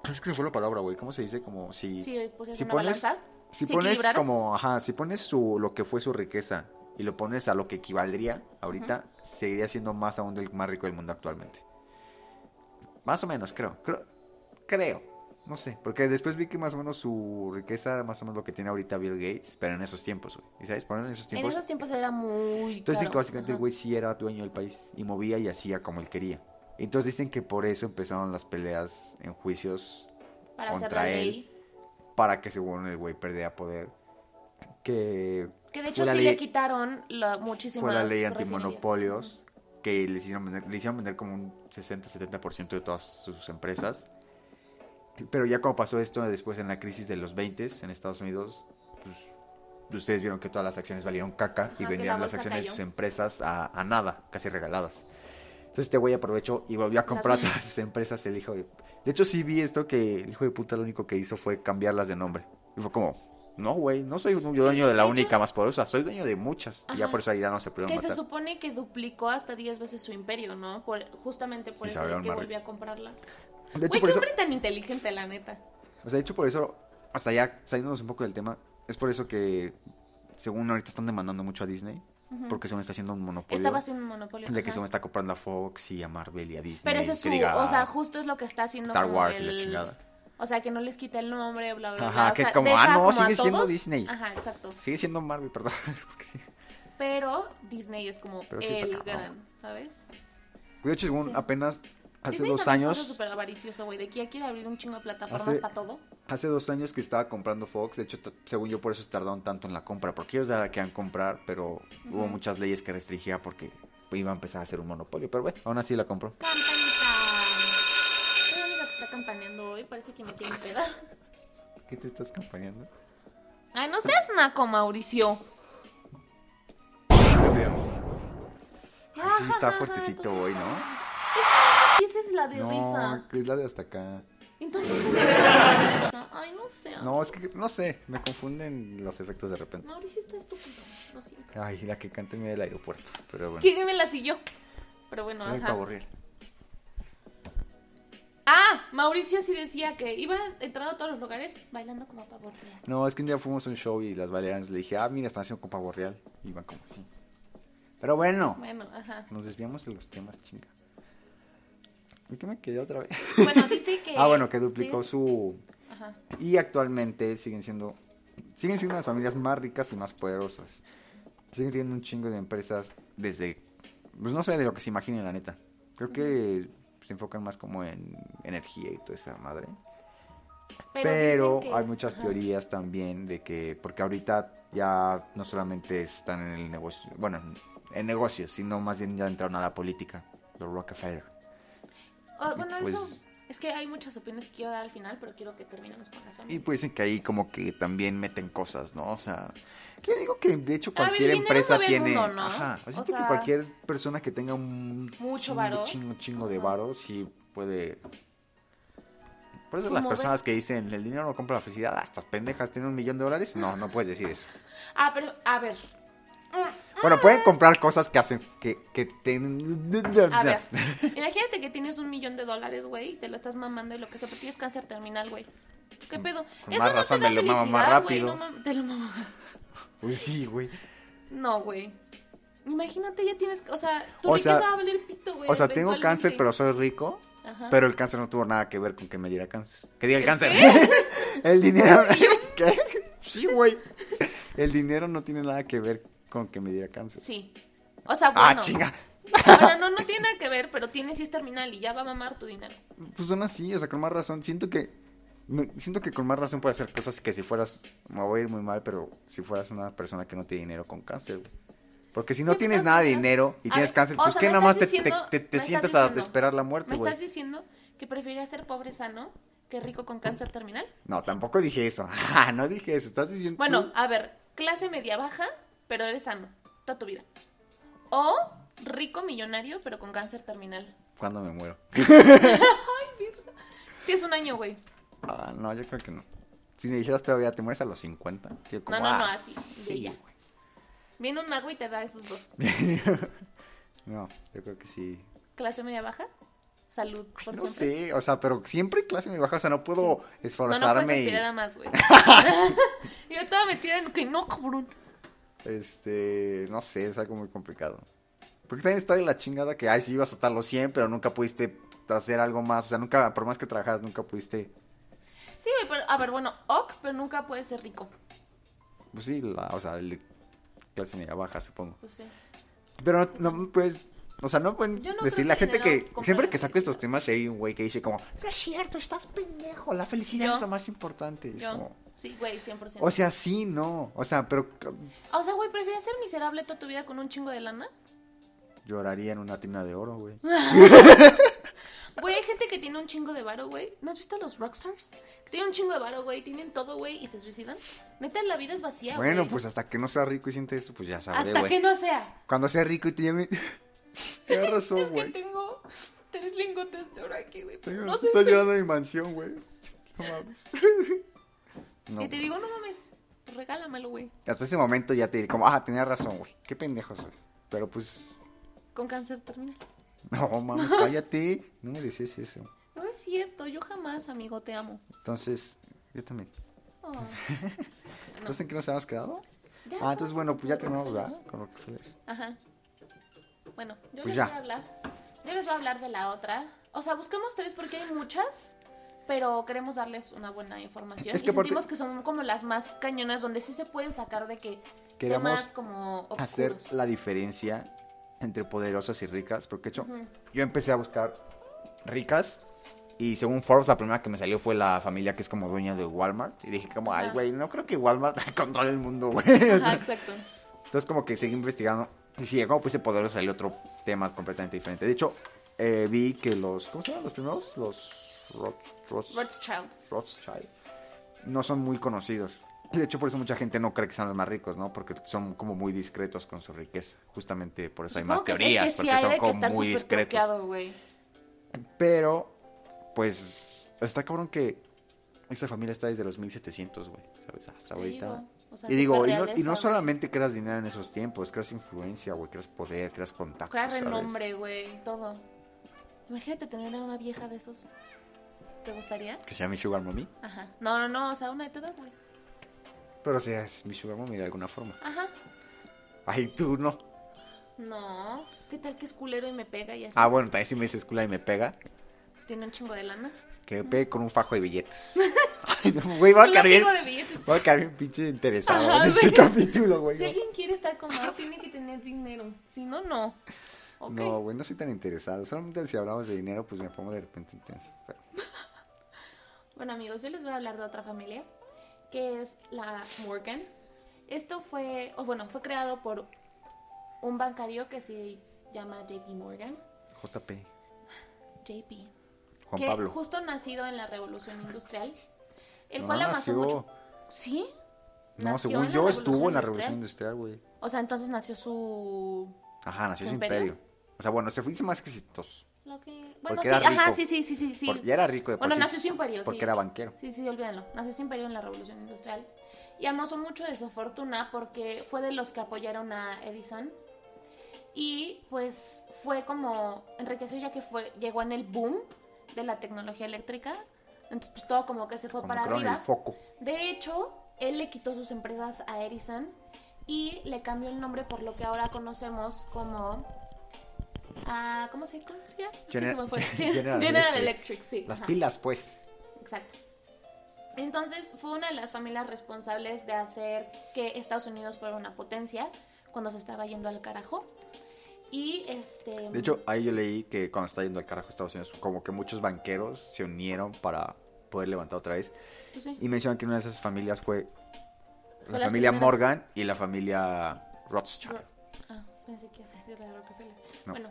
Es que se me fue la palabra, güey. ¿Cómo se dice? Como si.
Sí, pues es
si
una
pones-
balanza.
Si
Si
pones
equilibraras.
como, ajá, si pones su, lo que fue su riqueza y lo pones a lo que equivaldría ahorita, seguiría siendo más aún del más rico del mundo actualmente. Más o menos, creo. Creo. creo. No sé, porque después vi que más o menos su riqueza era más o menos lo que tiene ahorita Bill Gates, pero en esos tiempos, güey. ¿Y sabes? Pero en esos
En
tiempos.
esos tiempos era muy.
Entonces dicen que
caro.
básicamente el
Ajá.
güey sí era dueño del país y movía y hacía como él quería. Entonces dicen que por eso empezaron las peleas en juicios
Para hacer
contra
la
él.
ley.
para que según el güey perdiera poder. Que
Que de hecho
fue la
sí
ley-
le quitaron la, muchísimas.
fue la ley
refinerías.
antimonopolios que le hicieron vender, le hicieron vender como un 60-70% de todas sus empresas. Pero ya como pasó esto después en la crisis de los 20 en Estados Unidos, pues ustedes vieron que todas las acciones valieron caca y
Ajá, que
vendían
la
las
bolsa
acciones de
cayó.
sus empresas a, a nada, casi regaladas. Entonces este güey aprovechó y volvió a comprar todas sus empresas el hijo de... De hecho sí vi esto que el hijo de puta lo único que hizo fue cambiarlas de nombre. Y fue como, no güey, no soy un- yo dueño de la
De hecho-
única más poderosa, soy dueño de muchas. Y ya
Ajá.
por eso ahí ya no se pudieron
Que se
matar.
supone que duplicó hasta 10 veces su imperio, ¿no? Por- justamente por
Y se
eso de
abrieron
que
más
volvió a comprarlas.
De hecho
Güey,
por
qué
eso...
hombre tan inteligente, la neta.
O sea, de hecho, por eso, hasta ya saliéndonos un poco del tema, es por eso que, según ahorita están demandando mucho a Disney, porque según está haciendo un monopolio.
Estaba haciendo un monopolio.
De que
ajá.
según está comprando a Fox y a Marvel y a Disney.
Pero ese
y
es
que
su,
diga,
o sea,
"Ah,
justo es lo que está haciendo
Star
como
Wars y la
el-
chingada.
O sea, que no les quita el nombre, bla, bla,
Ajá,
bla. O
que es
sea,
como,
deja
ah, no,
como a
sigue siendo
todos.
Disney.
Ajá, exacto.
Sigue siendo Marvel, perdón. porque-
Pero Disney es como
Pero sí está
el
cabrón.
gran, ¿sabes?
De hecho, según
Sí.
apenas hace
Disney
dos
también es
años,
súper avaricioso, güey. De que ya quiere abrir un chingo de plataformas
Hace-
para todo.
hace dos años que estaba comprando Fox, de hecho, t- según yo, por eso tardaron tanto en la compra, porque ellos ya la querían comprar, pero hubo muchas leyes que restringía porque iba a empezar a ser un monopolio, pero bueno, aún así la compró.
Campanita. Soy la única que está campaneando hoy. Parece que me quieren pedar.
¿Qué te estás campañando?
Ay, no seas naco, Mauricio.
Ay, sí, está fuertecito hoy, ¿no?
Y esa es la de risa.
que es la de hasta acá.
Entonces, ¿por qué es la de risa? Ay, no sé.
No, es
pues.
que no sé, me confunden los efectos de repente.
Mauricio está estúpido. Lo siento.
Ay, la que canta en medio del aeropuerto, pero bueno.
¿Quién me la siguió? Pero bueno,
Ay, para
ajá.
aburrir.
Ah, Mauricio sí decía que iba entrando a todos los lugares bailando como pavor real.
No, es que un día fuimos a un show y las bailarinas le dije, ah, mira, están haciendo con pavo real. Y van como así. Pero bueno,
Bueno, ajá.
nos desviamos de los temas, chinga. ¿En qué me quedé otra vez?
Bueno, dice que.
Ah, bueno, que duplicó
sí,
su...
Ajá.
Y actualmente siguen siendo siguen siendo las familias más ricas y más poderosas. Siguen teniendo un chingo de empresas desde pues no sé de lo que se imaginen la neta. Creo que se enfocan más como en energía y toda esa madre. Pero,
dicen que
hay
es-
muchas
ajá.
teorías también de que porque ahorita ya no solamente están en el negocio, bueno, en negocios, sino más bien ya entraron a la política, los Rockefeller.
Ah, bueno,
pues-
eso. Es que hay muchas opiniones que quiero dar al final, pero quiero que terminemos con las
Y
familias.
pues dicen que ahí como que también meten cosas, ¿no? O sea, que yo digo que de hecho
A ver, el
cualquier
dinero
empresa
mueve el
tiene...
mundo, ¿no?
Ajá,
O
o siento que
sea,
cualquier persona que tenga un...
mucho
chingo,
varo.
Chingo, chingo de
Ajá.
varo, sí puede... Por eso las
Como
personas que dicen, el dinero no compra la felicidad, ah, estas pendejas tienen un millón de dólares, no, no puedes decir eso.
Ah, pero, a ver. Mm,
Bueno, pueden comprar cosas que hacen, que, que tienen...
A ver. Imagínate que tienes un millón de dólares, güey, y te lo estás mamando y lo que sea, pero tienes cáncer terminal, güey. ¿Qué pedo?
Mm, Con
eso
más
no
razón
te da
me lo mamo más
felicidad, güey,
rápido.
no mames, te lo mamo.
Pues sí, güey.
No, güey. Imagínate, ya tienes, o sea, tu
O sea-
riqueza va a valer pito, güey.
O sea, tengo cáncer, pero
Pues, eventualmente.
soy rico.
Ajá.
Pero el cáncer no tuvo nada que ver con que me diera cáncer. Que diga el
¿El
cáncer. el dinero. ¿Qué? Sí, güey. El dinero no tiene nada que ver con que me diera cáncer.
Sí. O sea, bueno.
ah, chinga.
Bueno, no, no tiene nada que ver, pero tienes si es terminal y ya va a mamar tu dinero.
Pues son así, o sea, con más razón. Siento que. me- siento que con más razón puede hacer cosas que si fueras. Me voy a ir muy mal, pero si fueras una persona que no tiene dinero con cáncer, güey. Porque si no
Sí,
tienes
pero-
nada de dinero y
A
tienes
ver,
cáncer,
o
pues
sea,
que
me
nada más te,
estás diciendo-
te- te- te
me estás
sientas a
diciendo-
esperar la
¿Me
muerte, güey.
estás diciendo que preferirías ser pobre sano que rico
Mm.
con cáncer terminal?
No, tampoco dije eso. Ajá, no dije eso. Estás diciendo.
Bueno, a ver, clase media baja, pero eres sano toda tu vida. O rico millonario, pero con cáncer terminal.
¿Cuándo me muero?
Tienes un año, güey.
Ah, no, yo creo que no. Si me dijeras todavía, te mueres a los 50. Yo como,
No, no, no,
ah,
así, de
sí,
ya.
güey.
Viene un mago y te da esos dos.
no, yo creo que sí.
Clase media baja, salud por
no
siempre.
sé, o sea, pero siempre clase me baja. O sea, no puedo
No, no puedes
esforzarme
aspirar a más, güey. Yo estaba metida en que no, cabrón.
y. Este. No sé, es algo muy complicado. Porque también está de la chingada que, ay, sí, ibas hasta los 100, pero nunca pudiste hacer algo más. O sea, nunca, por más que trabajas, nunca pudiste.
Sí, güey, pero a ver, bueno, ok, pero nunca puedes ser rico.
Pues sí, la- o sea, el- clase media baja, supongo.
Pues sí.
Pero no, no puedes. O sea, no pueden
Yo no
decir
creo
la
que
gente
dinero
que.
compre
Siempre
la
que saco estos
felicidad.
temas, hay un güey que dice como: No es cierto, estás pendejo. La felicidad
Yo.
es lo más importante. Es
Yo,
como,
sí, güey, 100%.
o sea, sí, no. O sea, pero
O sea, güey, ¿prefieres ser miserable toda tu vida con un chingo de lana?
lloraría en una tina de oro, güey.
Güey, hay gente que tiene un chingo de varo, güey. ¿No has visto los rockstars? Que tienen un chingo de varo, güey. Tienen todo, güey, y se suicidan. Neta, la vida es vacía, güey.
Bueno, pues hasta que no sea rico y siente eso, pues ya sabré,
Hasta
güey.
que no sea.
Cuando sea rico y te llame. Tienes razón,
Es que
güey.
tengo tres lingotes de oro aquí, güey.
Estoy,
No sé.
estoy
güey.
llorando en mi mansión, güey. No mames. No,
y te
güey.
digo, no mames, regálamelo, güey.
Hasta ese momento ya te diré como, ah, tenía razón, güey. Qué pendejo soy. Pero pues,
Con cáncer terminal.
no mames, cállate. No me decías eso.
No es cierto, yo jamás, amigo, te amo.
Entonces, yo también.
Oh. No.
¿Entonces en qué nos habíamos quedado?
Ya,
Ah, entonces
no,
bueno, pues ya terminamos,
Rockefeller,
¿verdad? Con Rockefeller.
¿no? Ajá. Bueno, yo
Pues
les
ya.
voy a hablar. Yo les voy a hablar de la otra. O sea, busquemos tres porque hay muchas, pero queremos darles una buena información.
Es
y
que aparte-
sentimos que son como las más cañonas donde sí se pueden sacar de que
Queremos
temas como oscuros.
Hacer la diferencia entre poderosas y ricas. Porque de hecho,
Ujú.
yo empecé a buscar ricas. Y según Forbes, la primera que me salió fue la familia que es como dueña de Walmart. Y dije como, ay,
Ajá.
güey, no creo que Walmart controle el mundo, güey. O sea,
Ajá, exacto.
Entonces como que seguí investigando. Y sí, como puse poderoso salió otro tema completamente diferente. De hecho, eh, vi que los... ¿Cómo se llaman los primeros? Los Roth- Roth-
Rothschild.
Rothschild. No son muy conocidos. De hecho, por eso mucha gente no cree que sean los más ricos, ¿no? Porque son como muy discretos con su riqueza. Justamente por eso hay más
Supongo que sí,
teorías,
pues es que sí
porque
hay
son
de que
como
estar
muy
súper
discretos.
truqueado, güey.
Pero, pues, está cabrón que esta familia está desde los 1700, güey, ¿sabes? Hasta
Te
ahorita.
digo, o sea,
y digo,
súper
y no, y
realeza,
no
güey.
solamente creas dinero en esos tiempos, creas influencia, güey, creas poder, creas contactos,
Crear
Pues, ¿sabes?
renombre, güey, todo. Imagínate tener a una vieja de esos. ¿Te gustaría?
Que sea mi sugar mommy.
Ajá. No, no, no, o sea, una de todas, güey.
Pero sea es mi sugar mommy de alguna forma.
Ajá.
Ay, tú no.
No. ¿Qué tal que es culero y me pega y así?
Ah, bueno, también si me dices cula y me pega,
Tiene un chingo de lana.
que me pegue con un fajo de billetes. Ay, no, güey, va a
Un
quedar bien.
látigo de billetes.
Va a quedar bien pinche interesado
Ajá,
en este
güey.
capítulo, güey.
Si alguien quiere estar conmigo, tiene que tener dinero. Si no, no. Ok.
No, güey, no soy tan interesado. Solamente si hablamos de dinero, pues me pongo de repente intenso. Pero...
Bueno, amigos, yo les voy a hablar de otra familia, que es la Morgan. Esto fue, o bueno, fue creado por un bancario que se llama JP Morgan.
JP,
JP.
Juan
que
Pablo.
justo nacido en la Revolución Industrial, el
No
cual amasó
nació.
mucho. ¿Sí?
No,
Nació
según
en la
yo estuvo en la
Revolución
Revolución Industrial, güey.
O sea, entonces nació su
Ajá, nació
¿Su
su imperio.
imperio?
O sea, bueno, se fue hizo más exitoso.
lo que bueno,
Porque
sí,
era
ajá,
rico.
sí, sí, sí, sí, sí.
Porque ya era rico de por
bueno,
sí,
nació su imperio,
Porque
sí.
era banquero.
Sí, sí, olvídenlo. Nació su imperio en la Revolución Industrial y amasó mucho de su fortuna porque fue de los que apoyaron a Edison y pues fue como enriqueció ya que fue llegó en el boom de la tecnología eléctrica. Entonces, pues todo como que se fue
Como
para
creo en el
arriba.
foco.
De hecho, él le quitó sus empresas a Edison y le cambió el nombre por lo que ahora conocemos como... ah, ¿Cómo se cómo se llama? Es que
Gener-
se me fue. Gen-
General
General,
Electric.
Electric. sí.
Las
ajá,
pilas, pues.
Exacto. Entonces fue una de las familias responsables de hacer que Estados Unidos fuera una potencia cuando se estaba yendo al carajo. Y este...
De hecho, ahí yo leí que cuando está yendo al carajo Estados Unidos, como que muchos banqueros se unieron para poder levantar otra vez.
pues sí.
Y mencionan que una de esas familias fue la
las
familia
primeras.
Morgan y la familia Rothschild.
Ah, pensé que ibas a decir la Rockefeller.
No.
Bueno,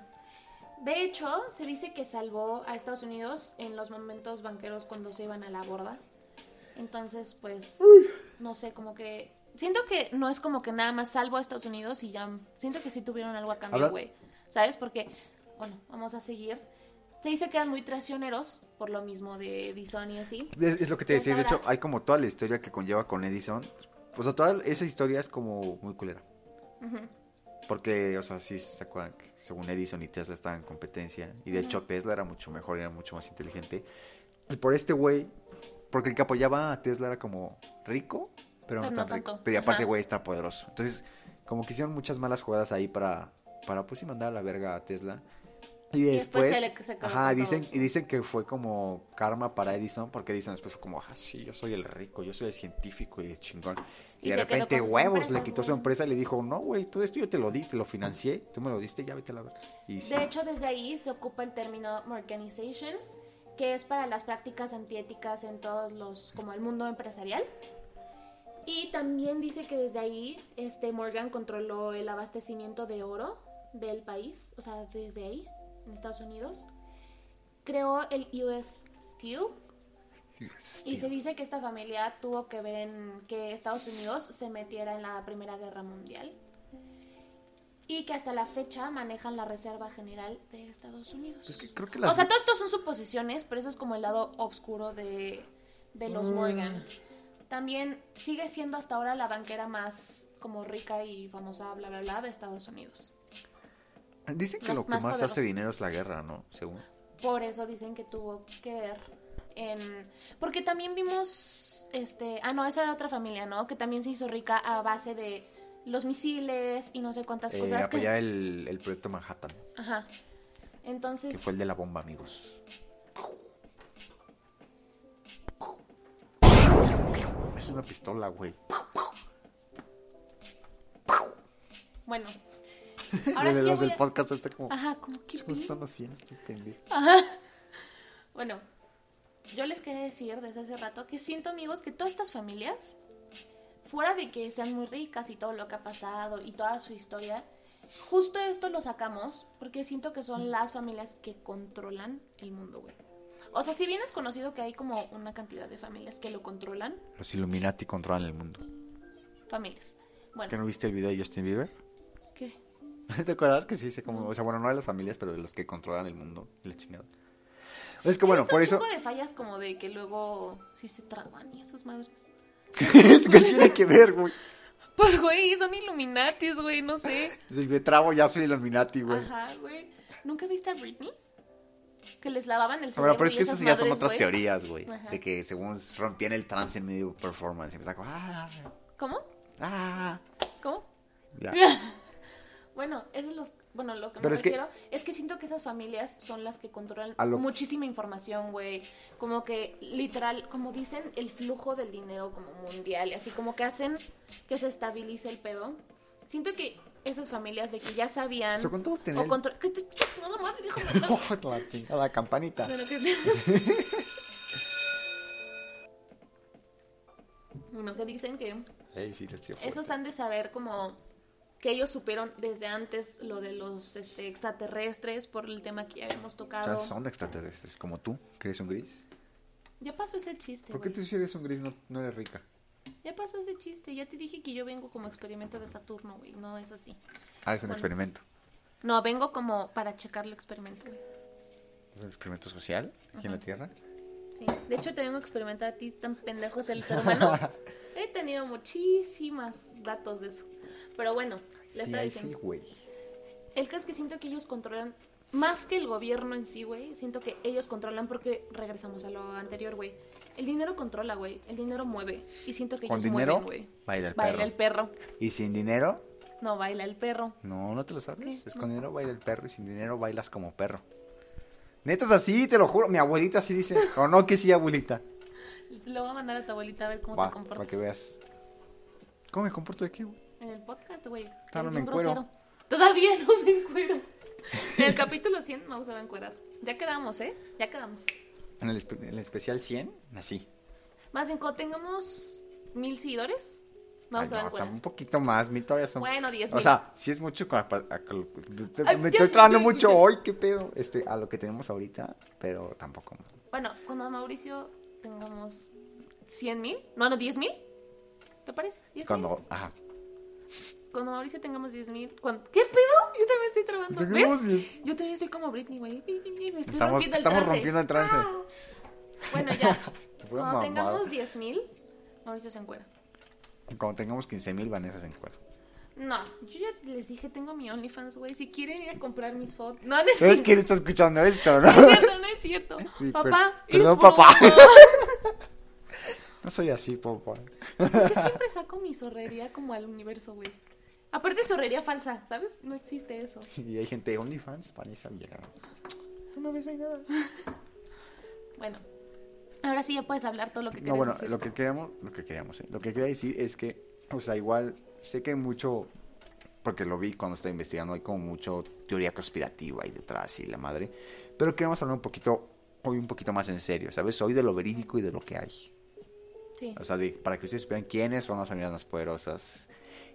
de hecho, se dice que salvó a Estados Unidos en los momentos banqueros cuando se iban a la borda. Entonces, pues, no sé, como que... Siento que no es como que nada más salvo a Estados Unidos y ya... Siento que sí tuvieron algo a cambio,
Habla-
güey. ¿Sabes? Porque, bueno, vamos a seguir. Se dice que eran muy traicioneros, por lo mismo de Edison y así.
Es, es lo que te decía. De hecho,
Ahora-
hay como toda la historia que conlleva con Edison. O sea, toda esa historia es como muy culera.
Ujú.
Porque, o sea, sí se acuerdan que según Edison y Tesla estaban en competencia. Y de hecho, Tesla era mucho mejor, era mucho más inteligente. Y por este güey, porque el que apoyaba a Tesla era como rico, pero, no
Pero
tan
no
rico.
tanto.
Pero y aparte,
Ajá.
güey, está poderoso. Entonces, como que hicieron muchas malas jugadas ahí para, para pues sí, mandar a la verga a Tesla. Y
después
después,
se le- se quedó
ajá,
con
dicen,
todos.
y dicen que fue como karma para Edison, porque Edison después fue como, ah, sí, yo soy el rico, yo soy el científico y el chingón. Y,
Y
de
se quedó
repente,
con sus
huevos, le
empresas,
quitó su
güey.
empresa y le dijo, no, güey, todo esto yo te lo di, te lo financié, tú me lo diste, ya vete a la verga. Y sí,
De hecho, desde ahí se ocupa el término Morganization, que es para las prácticas antiéticas en todos los, como el mundo empresarial. Y también dice que desde ahí este Morgan controló el abastecimiento de oro del país, o sea, desde ahí, en Estados Unidos. creó el US Steel. Y se
Tío.
dice que esta familia tuvo que ver en que Estados Unidos se metiera en la Primera Guerra Mundial. Y que hasta la fecha manejan la Reserva General de Estados Unidos.
Pues que creo que las...
O sea, todo esto son suposiciones, pero eso es como el lado oscuro de, de
Mm.
los Morgan. También sigue siendo hasta ahora la banquera más como rica y famosa, bla, bla, bla, de Estados Unidos.
Dicen que
los
lo que
más
más
poderosos.
hace dinero es la guerra, ¿no? Según.
Por eso dicen que tuvo que ver en... Porque también vimos, este... Ah, no, esa era otra familia, ¿no? Que también se hizo rica a base de los misiles y no sé cuántas
Eh,
cosas que...
apoyar el, el proyecto Manhattan,
Ajá.
que
Entonces,
fue el de la bomba, amigos. Es una pistola, güey.
bueno. Ahora
Los
sí
de
ya
los
voy
del
a-
podcast está como...
Ajá, como que...
¿Qué están haciendo este estos pendejos?
Bueno, yo les quería decir desde hace rato que siento, amigos, que todas estas familias, fuera de que sean muy ricas y todo lo que ha pasado y toda su historia, justo esto lo sacamos porque siento que son las familias que controlan el mundo, güey. O sea, si bien es conocido que hay como una cantidad de familias que lo controlan,
Los Illuminati controlan el mundo.
familias.
¿Que
Bueno,
no viste el video de Justin Bieber?
¿qué?
¿Te acuerdas que sí? Se como, o sea, bueno, no de las familias, pero de los que controlan el mundo. y La chingada. Es que bueno,
He visto
por
un
eso...
chingo este de fallas como de que luego sí se traban y esas madres.
¿Qué tiene que ver, güey?
Pues, güey, son Illuminatis, güey, no sé.
Si me trabo ya soy Illuminati, güey.
Ajá, güey. ¿Nunca viste a Britney? Que les lavaban el cerebro.
Bueno, pero es
y
que esas
esas
ya son
madres,
otras
güey.
teorías, güey.
Ajá.
De que según rompían el trance en medio performance. Y me saco, ah,
¿Cómo?
ah,
¿Cómo?
ya.
bueno, eso es los, bueno, lo que
Pero
me
es que-
refiero es que siento que esas familias son las que controlan
A lo-
muchísima información, güey. Como que literal, como dicen, el flujo del dinero como mundial. y Así como que hacen que se estabilice el pedo. Siento que esas familias de que ya sabían...
O sea, con todo tener...
o control... ¿Qué te- No, no, mames, déjame hablar.
Oh, la chingada campanita.
Bueno, que... Bueno, que dicen que
Ey, sí, lo estoy
esos han de saber como que ellos supieron desde antes lo de los este, extraterrestres por el tema que ya habíamos
O
tocado.
sea, son extraterrestres, como tú, que eres un gris.
Ya pasó ese chiste.
¿Por qué tú
güey.
si eres un gris no, no eres rica?
Ya pasó ese chiste. Ya te dije que yo vengo como experimento de Saturno, güey. No es así.
Ah, es un
Bueno.
experimento.
No, vengo como para checar el experimento. güey.
Es un experimento social aquí en la Tierra.
Sí. De hecho, te vengo a experimentar a ti, tan pendejo es el ser humano. He tenido muchísimas datos de eso. Pero bueno, le
Sí,
estaba
ahí
diciendo.
sí, güey.
El caso es que siento que ellos controlan más que el gobierno en sí, güey. Siento que ellos controlan porque regresamos a lo anterior, güey. El dinero controla, güey. El dinero mueve. Y siento que
Con
ellos
dinero,
mueven, güey.
baila el
baila
perro.
el perro.
Y sin dinero,
No, baila el perro.
No, no te lo sabes.
¿Qué?
Es con dinero baila el perro y sin dinero bailas como perro. Neta es así, te lo juro. Mi abuelita así dice. O no, que sí, abuelita.
Lo voy a mandar a tu abuelita a ver cómo
Va,
te comportas.
para que veas. ¿Cómo me comporto de qué, güey?
En el podcast, güey.
Ah, no
Eres
me
un
encuero.
grosero. Todavía no me encuero. En el capítulo 100 Mau se va a encuerar. Ya quedamos, ¿eh? Ya quedamos.
En el, espe- en el especial 100, así.
Más bien, cuando tengamos mil seguidores, Mau
Ay,
se va a
no,
encuerar.
un poquito más, mi todavía son.
Bueno, 10
O sea, sí es mucho. con la pa- a- con lo- te-
Ay,
me
ya-
estoy trabando
ya-
mucho
ya.
hoy, qué pedo. Este, a lo que tenemos ahorita, pero tampoco.
Bueno, cuando a Mauricio tengamos 100 mil, no, no, 10 mil, ¿te parece? 10,000.
Cuando. Ajá.
Cuando Mauricio tengamos 10 mil, ¿qué pedo? Yo también estoy trabando,
Tengamos
¿ves?
10.
Yo también estoy como Britney, güey, me estoy
Estamos-
rompiendo el
estamos
trance.
rompiendo el trance.
Ah. Bueno, ya,
Fue
cuando
mamada.
tengamos 10 mil, Mauricio se encuera.
Cuando tengamos 15.000 Vanessa se encuentra.
No, yo ya les dije, tengo mi OnlyFans, güey, si quieren ir a comprar mis fotos. No, no es
¿Sabes
cierto,
quién está escuchando esto, no?
no es cierto, no es cierto.
Sí,
papá,
per-
eres
perdón,
puro
papá.
mamón.
No soy así, papá.
Porque siempre saco mi zorrería como al universo, güey. Aparte, zorrería falsa, ¿sabes? No existe eso.
Y hay gente de OnlyFans, Vanessa Villarreal.
No ves nada. Bueno, ahora sí ya puedes hablar todo lo que quieras.
No, bueno,
decir.
lo que queríamos, lo que queríamos, eh, lo que quería decir es que, o sea, igual sé que hay mucho, porque lo vi cuando estaba investigando, hay como mucho teoría conspirativa ahí detrás y la madre, pero queremos hablar un poquito, hoy un poquito más en serio, ¿sabes? Hoy de lo verídico y de lo que hay.
Sí.
O sea, de- para que ustedes supieran quiénes son las familias más poderosas,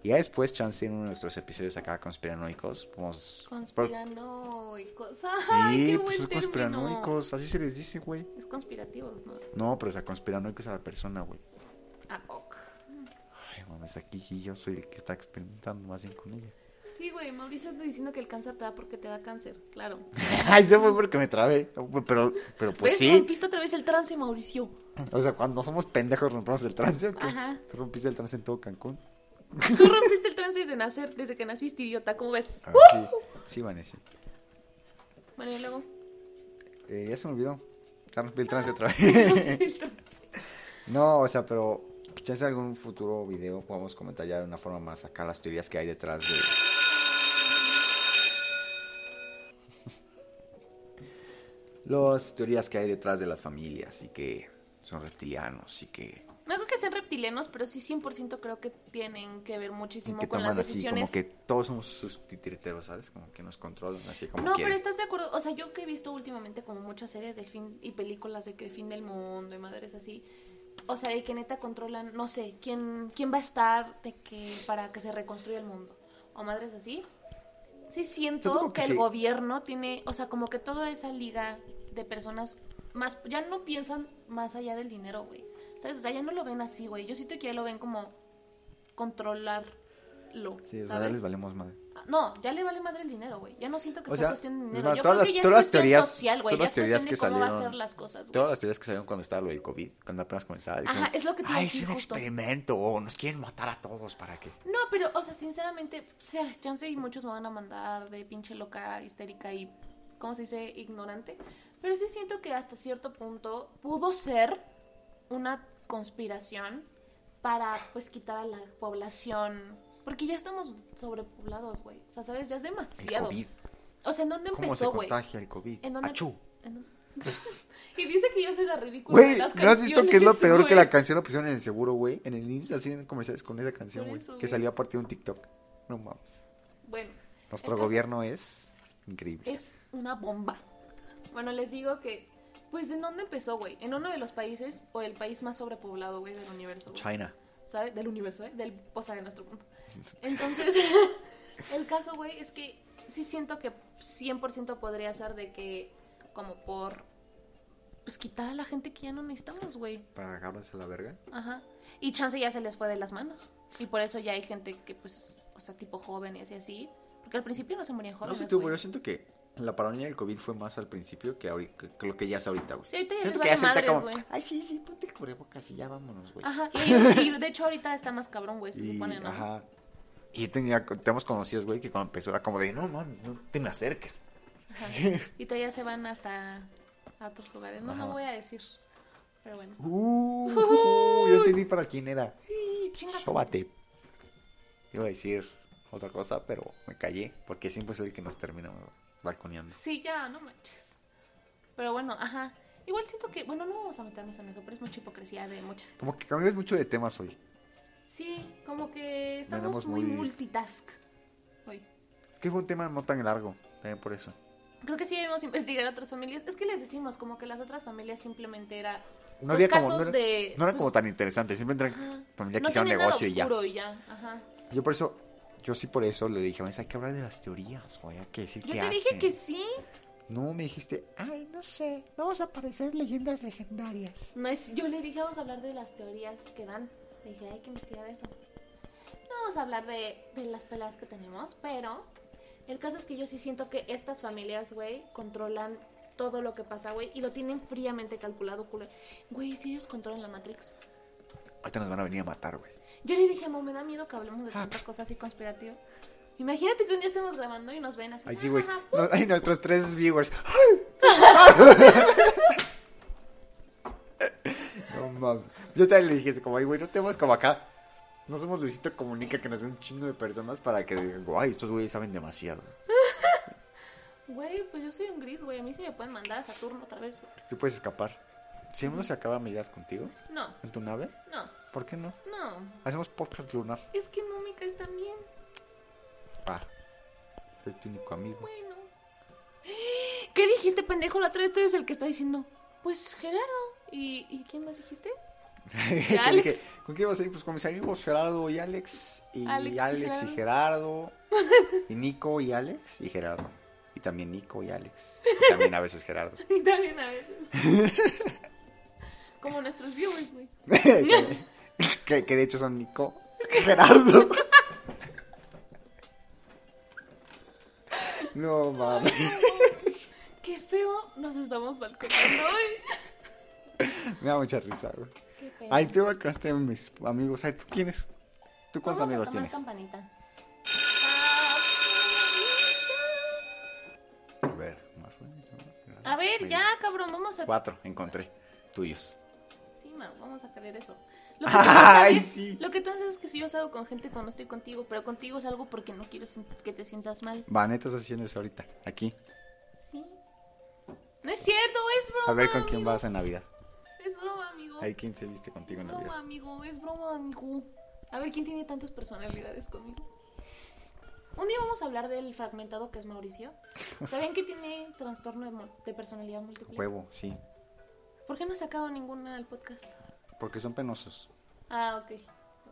Y ya después, chance, en uno de nuestros episodios acá conspiranoicos, vamos...
Conspiranoicos. Ay,
Sí,
qué
pues
buen
son
término.
conspiranoicos, así se les dice, güey.
Es conspirativos, ¿no?
No, pero o sea, conspiranoico es a la persona, güey.
A poco.
Ay, mames, aquí yo soy el que está experimentando más bien con ella.
Sí, güey, Mauricio está diciendo que el cáncer te da porque te da cáncer, claro.
Ay, se fue porque me trabé. Pero, pero pues
¿Ves?
sí.
Rompiste otra vez el trance, Mauricio.
O sea, cuando somos pendejos rompemos el trance. ¿o qué?
Ajá.
Tú rompiste el trance en todo Cancún.
Tú rompiste el trance desde nacer, desde que naciste, idiota, ¿cómo ves?
Ah, sí, sí, Vanessa.
Bueno, y luego.
Eh, ya se me olvidó. Ya rompí el trance otra vez. no, o sea, pero pues, ya en algún futuro video podemos comentar ya de una forma más acá las teorías que hay detrás de... Las teorías que hay detrás de las familias y que son reptilianos y que...
No creo que sean reptilianos, pero sí 100% creo que tienen que ver
y
muchísimo
que
con las
toman así,
decisiones.
como que todos somos sus titiriteros, ¿sabes? Como que nos controlan así como
No, pero
quieren.
estás de acuerdo. O sea, yo que he visto últimamente como muchas series del fin y películas de que fin del mundo y madres así. O sea, de que neta controlan, no sé, quién, quién va a estar de que para que se reconstruya el mundo. O madres así. Sí
Yo
siento
digo
que,
que
el
sí.
gobierno tiene, o sea, como que toda esa liga de personas más, ya no piensan más allá del dinero, güey. ¿Sabes? O sea, ya no lo ven así, güey. Yo siento que ya lo ven como controlarlo,
Sí, o sea,
¿sabes?
les valemos madre.
No, ya le vale madre el dinero, güey. Ya no siento que
O
sea,
sea,
cuestión de
es
dinero.
más,
Yo
todas
creo que
las-
ya
todas las
es cuestión
teorías-
social, güey. Ya
todas
es
las
cuestión de
teorías que
cómo va a ser
salieron-
las cosas, güey.
Todas las teorías que salieron cuando estaba lo del COVID, cuando apenas comenzaba.
Ajá, es lo que te iba a
Ay,
decir
es un
justo".
experimento, o nos quieren matar a todos, ¿para qué?
No, pero, o sea, sinceramente, o sea, chance y muchos me van a mandar de pinche loca, histérica y, ¿cómo se dice? Ignorante. Pero sí siento que hasta cierto punto pudo ser una conspiración para, pues, quitar a la población. Porque ya estamos sobrepoblados, güey. O sea, ¿sabes? Ya es
El
demasiado.
COVID.
O sea, ¿en dónde
¿Cómo
empezó,
se
güey?
contagia el COVID?
¿En dónde-
Achú.
¿En dónde? ¿Eh, y dice que yo soy la ridícula. de
Güey,
las
¿no has visto que es lo
canciones,
peor que
güey?
la canción la pusieron en el seguro, güey? En el IMSS, así en comerciales con esa canción,
Por
güey.
eso,
Que
güey.
salió a partir de un TikTok. No mames.
Bueno,
Nuestro
Entonces-
gobierno es increíble.
es una bomba. Bueno, les digo que, pues, ¿en dónde empezó, güey? En uno de los países, o el país más sobrepoblado, güey, del universo. güey.
China.
¿Sabe? Del universo, ¿eh? Del, o sea, de nuestro mundo. Entonces, el caso, güey, es que sí siento que 100% podría ser de que, como por, pues, quitar a la gente que ya no necesitamos, güey.
Para agarrarse a la verga.
Ajá. Y chance ya se les fue de las manos. Y por eso ya hay gente que, pues, o sea, tipo jóvenes y así. Porque al principio no se morían
No
jóvenes.
sé tú,
güey.
güey. Yo siento que la paranoia del COVID fue más al principio que, ahorita, que- que lo que ya es ahorita, güey.
Sí, ahorita ya
siento
les
que ya
vale
se como.
madres, güey.
Ay, sí, sí, ponte el cubrebocas y ya vámonos, güey.
Ajá. Y, y de hecho ahorita está más cabrón, güey, se
Y,
supone, ¿no?
Ajá. Y yo tenía, tenemos conocidos, güey, que cuando empezó era como de, no, mames, no te me acerques.
Ajá. Y todavía se van hasta a otros lugares. No, no
Ajá.
voy a decir. Pero bueno.
Uh,
Uy.
yo entendí para quién era.
Sí, chinga.
Sóbate. Iba a decir otra cosa, pero me callé, porque siempre soy el que nos termina balconeando.
Sí, ya, no manches. Pero bueno, ajá. Igual siento que, bueno, no vamos a meternos en eso, pero es mucha hipocresía de mucha gente.
Como que cambias mucho de temas hoy.
Sí, como que estamos
Tenemos
muy,
muy-
multitask hoy.
Es que fue un tema no tan largo, también por eso.
Creo que sí debemos investigar a otras familias. Es que les decimos, como que las otras familias simplemente era
No
los
había como,
Pues casos
no era,
de.
no era
pues,
como tan interesante, siempre entra
ajá.
familia que
no
hicieron
tenía
negocio y
nada
ya.
oscuro y ya. Ajá.
Yo por eso, yo sí por eso le dije, "Vanessa, hay que hablar de las teorías, güey, hay que decir
Yo
qué
te dije
hacen".
que sí.
No, me dijiste, ay, no sé, vamos a aparecer leyendas legendarias.
No es, yo le dije, vamos a hablar de las teorías que dan. Le dije, hay que investigar eso. No vamos a hablar de, de las peladas que tenemos, pero el caso es que yo sí siento que estas familias, güey, controlan todo lo que pasa, güey, y lo tienen fríamente calculado, culo. Güey, si ellos controlan la Matrix.
Ahorita nos van a venir a matar, güey.
Yo le dije, mamá, me da miedo que hablemos de tantas cosas así conspirativas. Imagínate que un día estemos grabando y nos ven así.
Ay, sí, güey.
"Jajaja,
No- ay, nuestros tres viewers. no mames. Yo también le dije, así como, ay, güey, no tenemos como acá. No somos Luisito Comunica que nos ve un chingo de personas para que digan, ay, estos güeyes saben demasiado.
Güey, pues yo soy un gris, güey. A mí sí me pueden mandar a Saturno otra vez. güey".
Tú puedes escapar. Si uno se acaba, me irás contigo
No,
en tu nave.
no,
¿Por qué no?
no.
Hacemos podcast lunar.
Es que no me caes tan bien.
Ah, soy tu único amigo.
Bueno. ¿Qué dijiste, pendejo? La otra vez tú eres el que está diciendo, pues Gerardo. ¿Y, y quién más dijiste?
Que
Alex.
dije, ¿Con qué ibas a ir? Pues con mis amigos Gerardo y Alex. Y
Alex
Alex,
y
y Gerardo. Y Nico y Alex y Gerardo. Y también Nico y Alex. Y también a veces Gerardo.
Y también a veces. Como nuestros viewers, güey.
que, que- que de hecho son Nico y Gerardo. No mames.
Qué feo nos estamos balconando hoy.
Me da mucha risa, güey.
Qué feo.
Ay, tú balconaste a mis amigos. Ay, ¿tú quién es? ¿Tú cuántos
Vamos
amigos
a tomar
tienes?
campanita.
A ver, más bueno, ¿no?
A ver, ya, cabrón, vamos a.
Cuatro encontré. Tuyos.
Sí, ma, vamos a creer eso. Lo que, tú no
Ay,
sabes-
sí.
lo que tú no sabes es que si yo salgo con gente cuando estoy contigo, pero contigo es algo porque no quiero sin- que te sientas mal.
Vaneta está haciendo eso ahorita, aquí.
Sí. No es cierto, es broma.
A ver con quién
amigo.
vas en Navidad.
Es broma, amigo.
A ver quién se viste contigo
es
en
broma,
Navidad.
amigo. Es broma, amigo. A ver quién tiene tantas personalidades conmigo. Un día vamos a hablar del fragmentado que es Mauricio. ¿Sabían que tiene trastorno de, mu- de personalidad múltiple?
Huevo, sí.
¿Por qué no ha sacado ninguna al podcast?
Porque son penosos.
Ah, ok.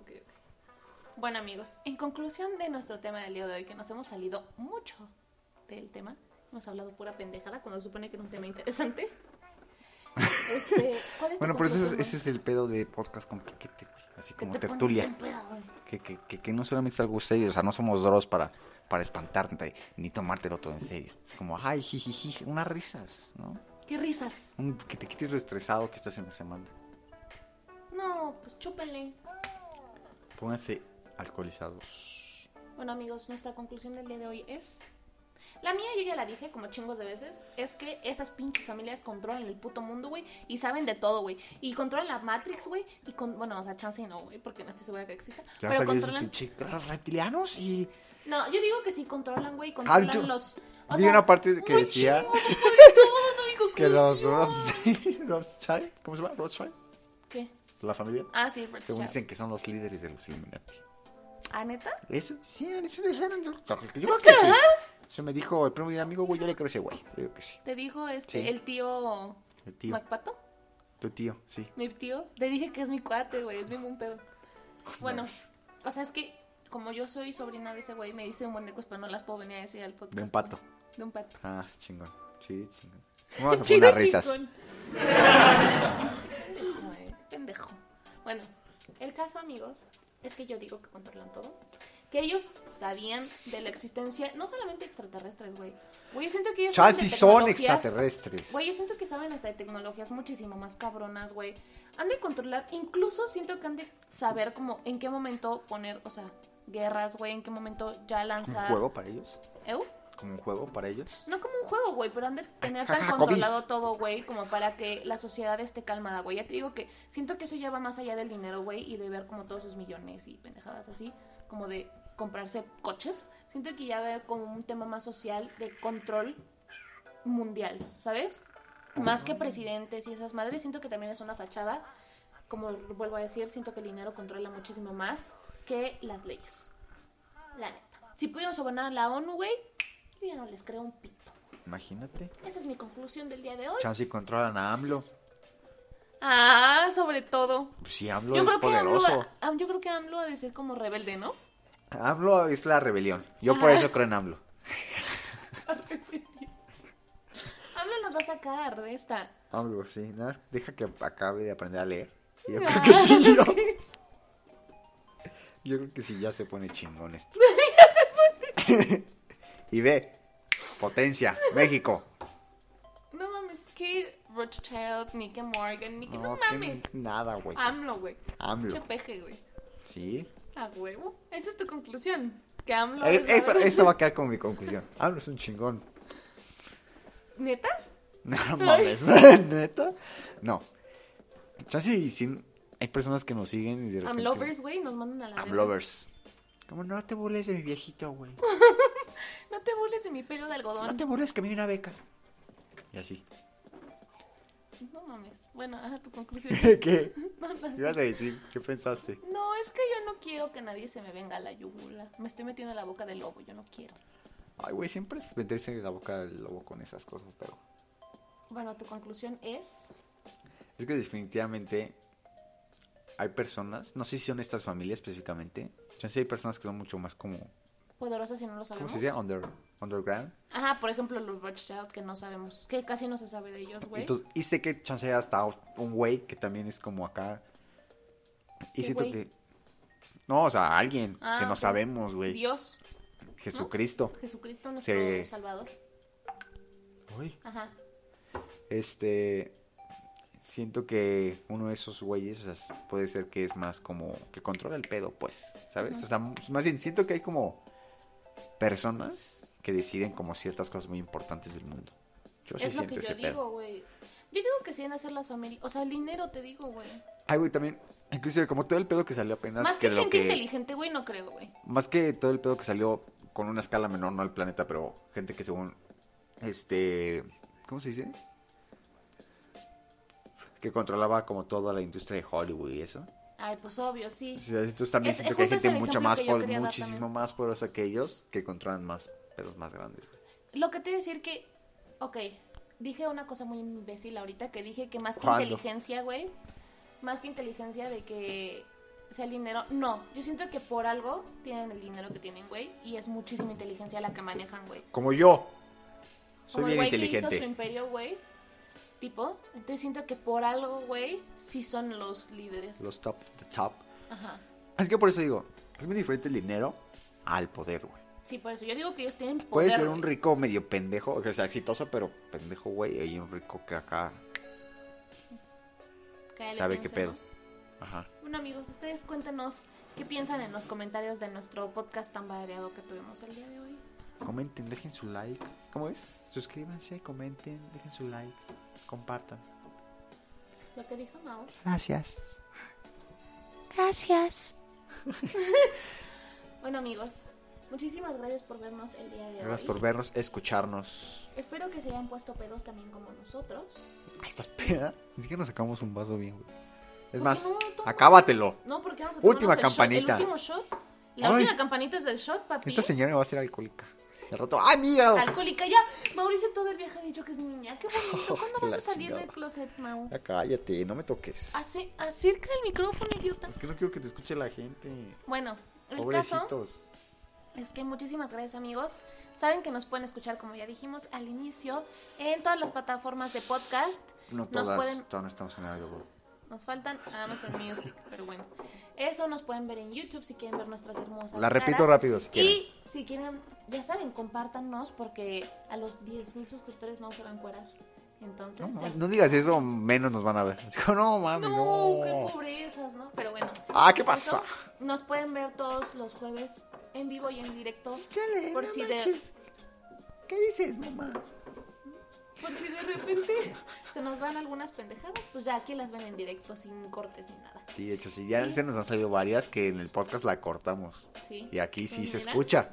Ok, ok. Bueno, amigos, en conclusión de nuestro tema del día de hoy, que nos hemos salido mucho del tema, hemos hablado pura pendejada cuando se supone que era un tema interesante. Este, ¿cuál es tu
Bueno, pero ese es,
conclusión,
ese es el pedo de podcast con piquete, güey. Así
Que
como
te pones
tertulia.
bien peda, güey.
Que, que, que, que no solamente es algo serio, o sea, no somos doros para, para espantarte ni tomártelo todo en serio. Es como, ay, jijiji, unas risas, ¿no?
¡Qué risas!
Un- que te quites lo estresado que estás en la semana.
No, pues chúpenle.
Pónganse alcoholizados.
Bueno, amigos, nuestra conclusión del día de hoy es... La mía, yo ya la dije como chingos de veces, es que esas pinches familias controlan el puto mundo, güey, y saben de todo, güey. Y controlan la Matrix, güey, y con... Bueno, o sea, chance no, güey, porque no estoy segura que exista.
Ya
pero
salió de esos
controlan...
pinche reptilianos y
No, yo digo que sí controlan, güey, controlan
Ah, yo-
los...
vi una parte que
un
decía-
chingo, güey, de todo, mi
que
conclusión.
los Rothschild, Rothschild, ¿cómo se llama? Rothschild,
¿Qué?
la familia.
Ah, sí,
Según
Rothschild.
dicen que son los líderes de los Illuminati.
¿Ah, neta?
Eso decían, eso dijeron. Yo, yo creo
¿Eso?
que sí. Eso me dijo el primo de un amigo, güey, yo le creo a ese güey. Yo digo que sí.
Te dijo este,
Sí.
el tío...
El tío,
¿Macpato?
tu tío, sí.
Mi tío, te dije que es mi cuate, güey, es ningún pedo. Bueno, o sea, es que como yo soy sobrina de ese güey, me dice un buen de cosas, pero no las puedo venir a decir al podcast.
De un pato.
güey. De un pato.
Ah, chingón. Sí, chingón. Vamos a poner
Chido,
unas risas.
chingón. Güey, Pendejo. Bueno, el caso, amigos, es que yo digo que controlan todo. Que ellos sabían de la existencia, no solamente extraterrestres, güey. Güey, yo siento que ellos... saben de
Chansi son
tecnologías-
extraterrestres.
Güey, yo siento que saben hasta de tecnologías muchísimo más cabronas, güey. Han de controlar, incluso siento que han de saber como en qué momento poner, o sea, guerras, güey, en qué momento ya
¿Como
lanzar.
un juego para ellos?
¿Eu?
¿Como un juego para ellos?
No como un juego, güey, pero han de tener tan
Jaja,
controlado todo, güey, como para que la sociedad esté calmada, güey. Ya te digo que siento que eso ya va más allá del dinero, güey, y de ver como todos sus millones y pendejadas así, como de comprarse coches. Siento que ya ve como un tema más social de control mundial, ¿sabes? Más que presidentes y esas madres, siento que también es una fachada. Como vuelvo a decir, siento que el dinero controla muchísimo más que las leyes. La neta. Si pudieron sobornar a la ONU, güey, yo ya no les creo un pito.
Imagínate.
Esa es mi conclusión del día de hoy.
Chansi controlan a AMLO.
Ah, sobre todo.
Pues sí, AMLO
Yo
es
creo, que AMLO,
poderoso.
ha- ah, yo creo que AMLO ha de ser como rebelde, ¿no?
AMLO es la rebelión. Yo por
Ah.
eso creo en AMLO.
AMLO nos va a sacar de esta.
AMLO, sí. Nada más deja que acabe de aprender a leer. Y Yo creo
Ah,
que sí. Yo, yo creo que sí, ya se pone chingón esto. ya se pone Y ve. Potencia. México.
No mames, que Rothschild, ni que Morgan, ni que no,
que
mames.
nada, güey.
AMLO, güey.
AMLO.
Pinche peje, güey.
Sí.
A huevo. Esa es tu conclusión. Que AMLO.
Eh,
es
Eso,
rebelde.
eso va a quedar como mi conclusión. AMLO es un chingón.
¿Neta?
No mames, neta. No. Chance y sin- hay personas que nos siguen y de repente.
AMLovers, güey, nos mandan a la verga.
Amlovers. Como no te burles de mi viejito, güey.
No te burles de mi pelo de algodón.
No te burles que me dio una beca. Y así.
No mames. Bueno, ajá, tu conclusión. es-
¿Qué?
No, no.
¿Qué ibas a decir? ¿Qué pensaste?
No, es que yo no quiero que nadie se me venga a la yugula. Me estoy metiendo en la boca del lobo, yo no quiero.
Ay, güey, siempre es meterse en la boca del lobo con esas cosas, pero.
Bueno, tu conclusión es.
Es que definitivamente hay personas, no sé si son estas familias específicamente, yo sé hay personas que son mucho más como,
Poderosas si no lo
¿cómo
sabemos.
se dice? Under, underground.
Ajá, por ejemplo, los Rothschild, que no sabemos, que casi no se sabe de ellos, güey.
Entonces, y sé que chance hay hasta un güey que también es como acá.
¿Qué
Y siento
güey?
que... No, o sea, alguien
Ah,
que no
ok.
sabemos, güey.
Dios,
Jesucristo.
Jesucristo, nuestro
Sí.
Salvador.
Uy.
Ajá.
Este. Siento que uno de esos güeyes, o sea, puede ser que es más como. que controla el pedo, pues. ¿Sabes?
Ujú.
O sea, m- más bien siento que hay como. personas que deciden como ciertas cosas muy importantes del mundo. Yo Pues sí
es lo
siento
que yo
ese pedo.
digo, güey. Yo digo que sí han de hacer las familias. O sea, el dinero, te digo, güey.
Ay, güey, también. Inclusive, como todo el pedo que salió apenas.
Más que,
lo
gente
que-
inteligente, güey, no creo, güey.
Más que todo el pedo que salió con una escala menor, no al planeta, pero gente que según. Este. ¿Cómo se dice? Que controlaba como toda la industria de Hollywood y eso.
Ay, pues obvio, sí.
O sea, Entonces también
Es-
siento
es
que hay
justo ese
gente
el
mucho
ejemplo
más,
que yo
po-
quería dar
muchísimo
también.
más poderosa que ellos que controlan más pedos más grandes. güey.
Lo que te iba a decir que, ok, dije una cosa muy imbécil ahorita, que dije que más que
¿Cuándo?
inteligencia, güey, más que inteligencia de que sea el dinero, no, yo siento que por algo tienen el dinero que tienen, güey, y es muchísima inteligencia la que manejan, güey.
Como yo. Soy
Como el
bien
güey que hizo su
inteligente.
imperio, güey, tipo, entonces siento que por algo, güey, sí son los líderes.
Los top, the top.
Ajá.
Así que por eso digo, es muy diferente el dinero al poder, güey.
Sí, por eso, yo digo que ellos tienen poder.
Puede ser un
güey.
rico medio pendejo, o sea, exitoso, pero pendejo, güey. Hay un rico que acá
Cáele,
sabe qué
piensa,
pedo.
¿no?
Ajá.
Bueno amigos, ustedes cuéntenos qué piensan en los comentarios de nuestro podcast tan variado que tuvimos el día de hoy.
Comenten, dejen su like. ¿Cómo es? Suscríbanse, comenten, dejen su like, compartan.
Lo que dijo Mao.
Gracias.
Gracias. bueno amigos, muchísimas gracias por vernos el día de hoy.
Gracias por vernos, escucharnos.
Espero que se hayan puestos pedos también como nosotros.
Ay, estás peda. Ni siquiera nos sacamos un vaso bien, güey. Es
Porque
más,
no, toma-
acábatelo.
No, porque vamos a
Última
tomarnos
campanita.
El, shot, el último shot. La
Ay.
última campanita es del shot, papi.
Esta señora va a ser alcohólica. Y al rato, ¡ay, mira!
Alcohólica ya. Mauricio todo el viaje ha dicho que es niña. Qué bonito. ¿Cuándo vas
La
a salir
chingada.
del closet, Mau?
Ya cállate, no me toques.
Ace- acerca el micrófono, idiota.
Es que no quiero que te escuche la gente.
Bueno, el caso
Pobrecitos.
es que muchísimas gracias amigos. Saben que nos pueden escuchar, como ya dijimos al inicio, en todas las plataformas de podcast.
No
nos
todas,
pueden,
todavía no estamos en algo. bro.
nos faltan Amazon Music, pero bueno. Eso nos pueden ver en YouTube si quieren ver nuestras hermosas.
La repito
caras.
rápido si quieren.
Y si quieren, ya saben, compártanos porque a los 10.000 suscriptores vamos a van a encuerar. Entonces,
No,
ya-
no digas eso, menos nos van a ver. Es como, no, mami,
No,
no.
qué pobrezas, ¿no? Pero bueno.
Ah, ¿qué
Por
pasa?
eso, Nos pueden ver todos los jueves en vivo y en directo.
Chale,
Por
no
si de-
manches. ¿Qué dices, mamá?
Por si de repente se nos van algunas pendejadas, pues ya aquí las ven en directo sin cortes ni nada.
Sí, de hecho, sí, ya
Sí.
se nos han salido varias que en el podcast la cortamos.
Sí.
Y aquí sí
Pues
se
mira,
escucha.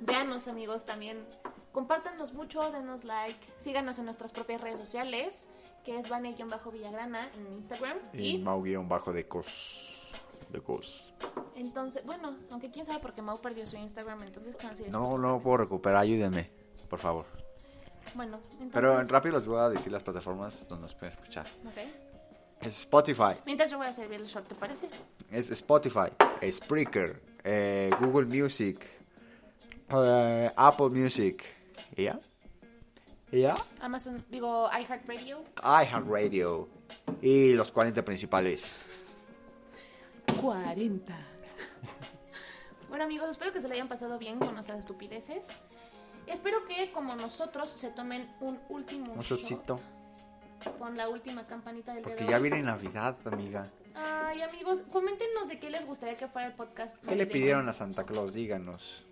Véanos amigos también. Compártanos mucho, denos like, síganos en nuestras propias redes sociales, que es Vane-Villagrana en Instagram.
Y
Y
Mau guión bajo de cos. De cos.
entonces, bueno, aunque quién sabe porque Mau perdió su Instagram, entonces chance y
No,
después lo
no puedo
vemos.
recuperar, ayúdenme, por favor.
Bueno, entonces.
Pero en rápido les voy a decir las plataformas donde nos pueden escuchar.
ok.
Es Spotify,
Mientras yo voy a servir el shot, ¿te parece?
es Spotify, Spreaker, eh, Google Music, eh, Apple Music. ¿Y ya? ¿Y ya?
Amazon, digo iHeartRadio.
iHeartRadio. Y los 40 principales.
40. Bueno amigos, espero que se le hayan pasado bien con nuestras estupideces. Espero que como nosotros se tomen un último
Un
shot
shotcito.
con la última campanita del
Porque
dedo.
ya viene Navidad, amiga.
Ay amigos, coméntenos de qué les gustaría que fuera el podcast.
¿Qué le
navideño.
pidieron a Santa Claus? Díganos.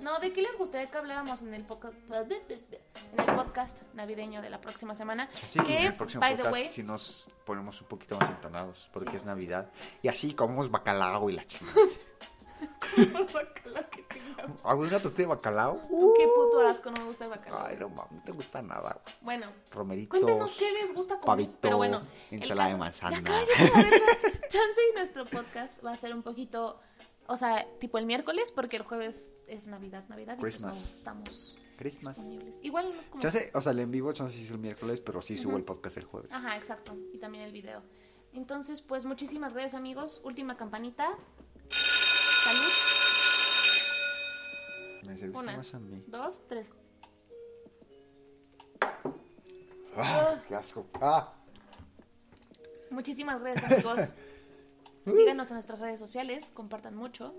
No, de qué les gustaría que habláramos en el podcast, en el podcast navideño de la próxima semana.
Así que
que,
en el próximo
by
podcast
the way,
sí nos ponemos un poquito más entonados, porque
Sí.
es Navidad. Y así comemos bacalao y la chingada.
Guácala, qué chingado.
¿Hago una tortilla de bacalao?
Qué
Uh.
puto asco, no me gusta el bacalao.
Ay, no mames, no te gusta nada. güey.
Bueno,
Romeritos.
Cuéntenos qué les gusta comer.
pavito,
pero bueno, el
ensalada de
caso-
manzana.
Ya cállate, la verga. Chance y nuestro podcast va a ser un poquito, o sea, tipo el miércoles, porque el jueves es Navidad, Navidad. y pues
Christmas.
no estamos
Christmas.
disponibles. Igual nos como.
Chance, o sea, el en vivo chance sí es el miércoles, pero sí subo
Ujú.
el podcast el jueves.
Ajá, exacto. Y también el video. Entonces, pues muchísimas gracias amigos. Última campanita. Salud.
Me serviste
Una,
más a mí.
dos, tres.
¡Ah, ¡Qué asco! ¡Ah!
Muchísimas gracias amigos. Síganos en nuestras redes sociales, compartan mucho,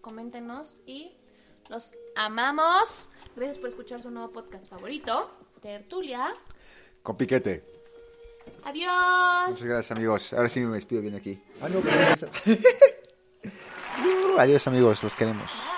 coméntenos y los amamos. Gracias por escuchar su nuevo podcast favorito, Tertulia.
Con piquete.
Adiós. Ah,
Muchas gracias, amigos. Ahora sí me despido bien aquí. Ah, no, pero- Adiós, amigos. Los queremos.
Bye.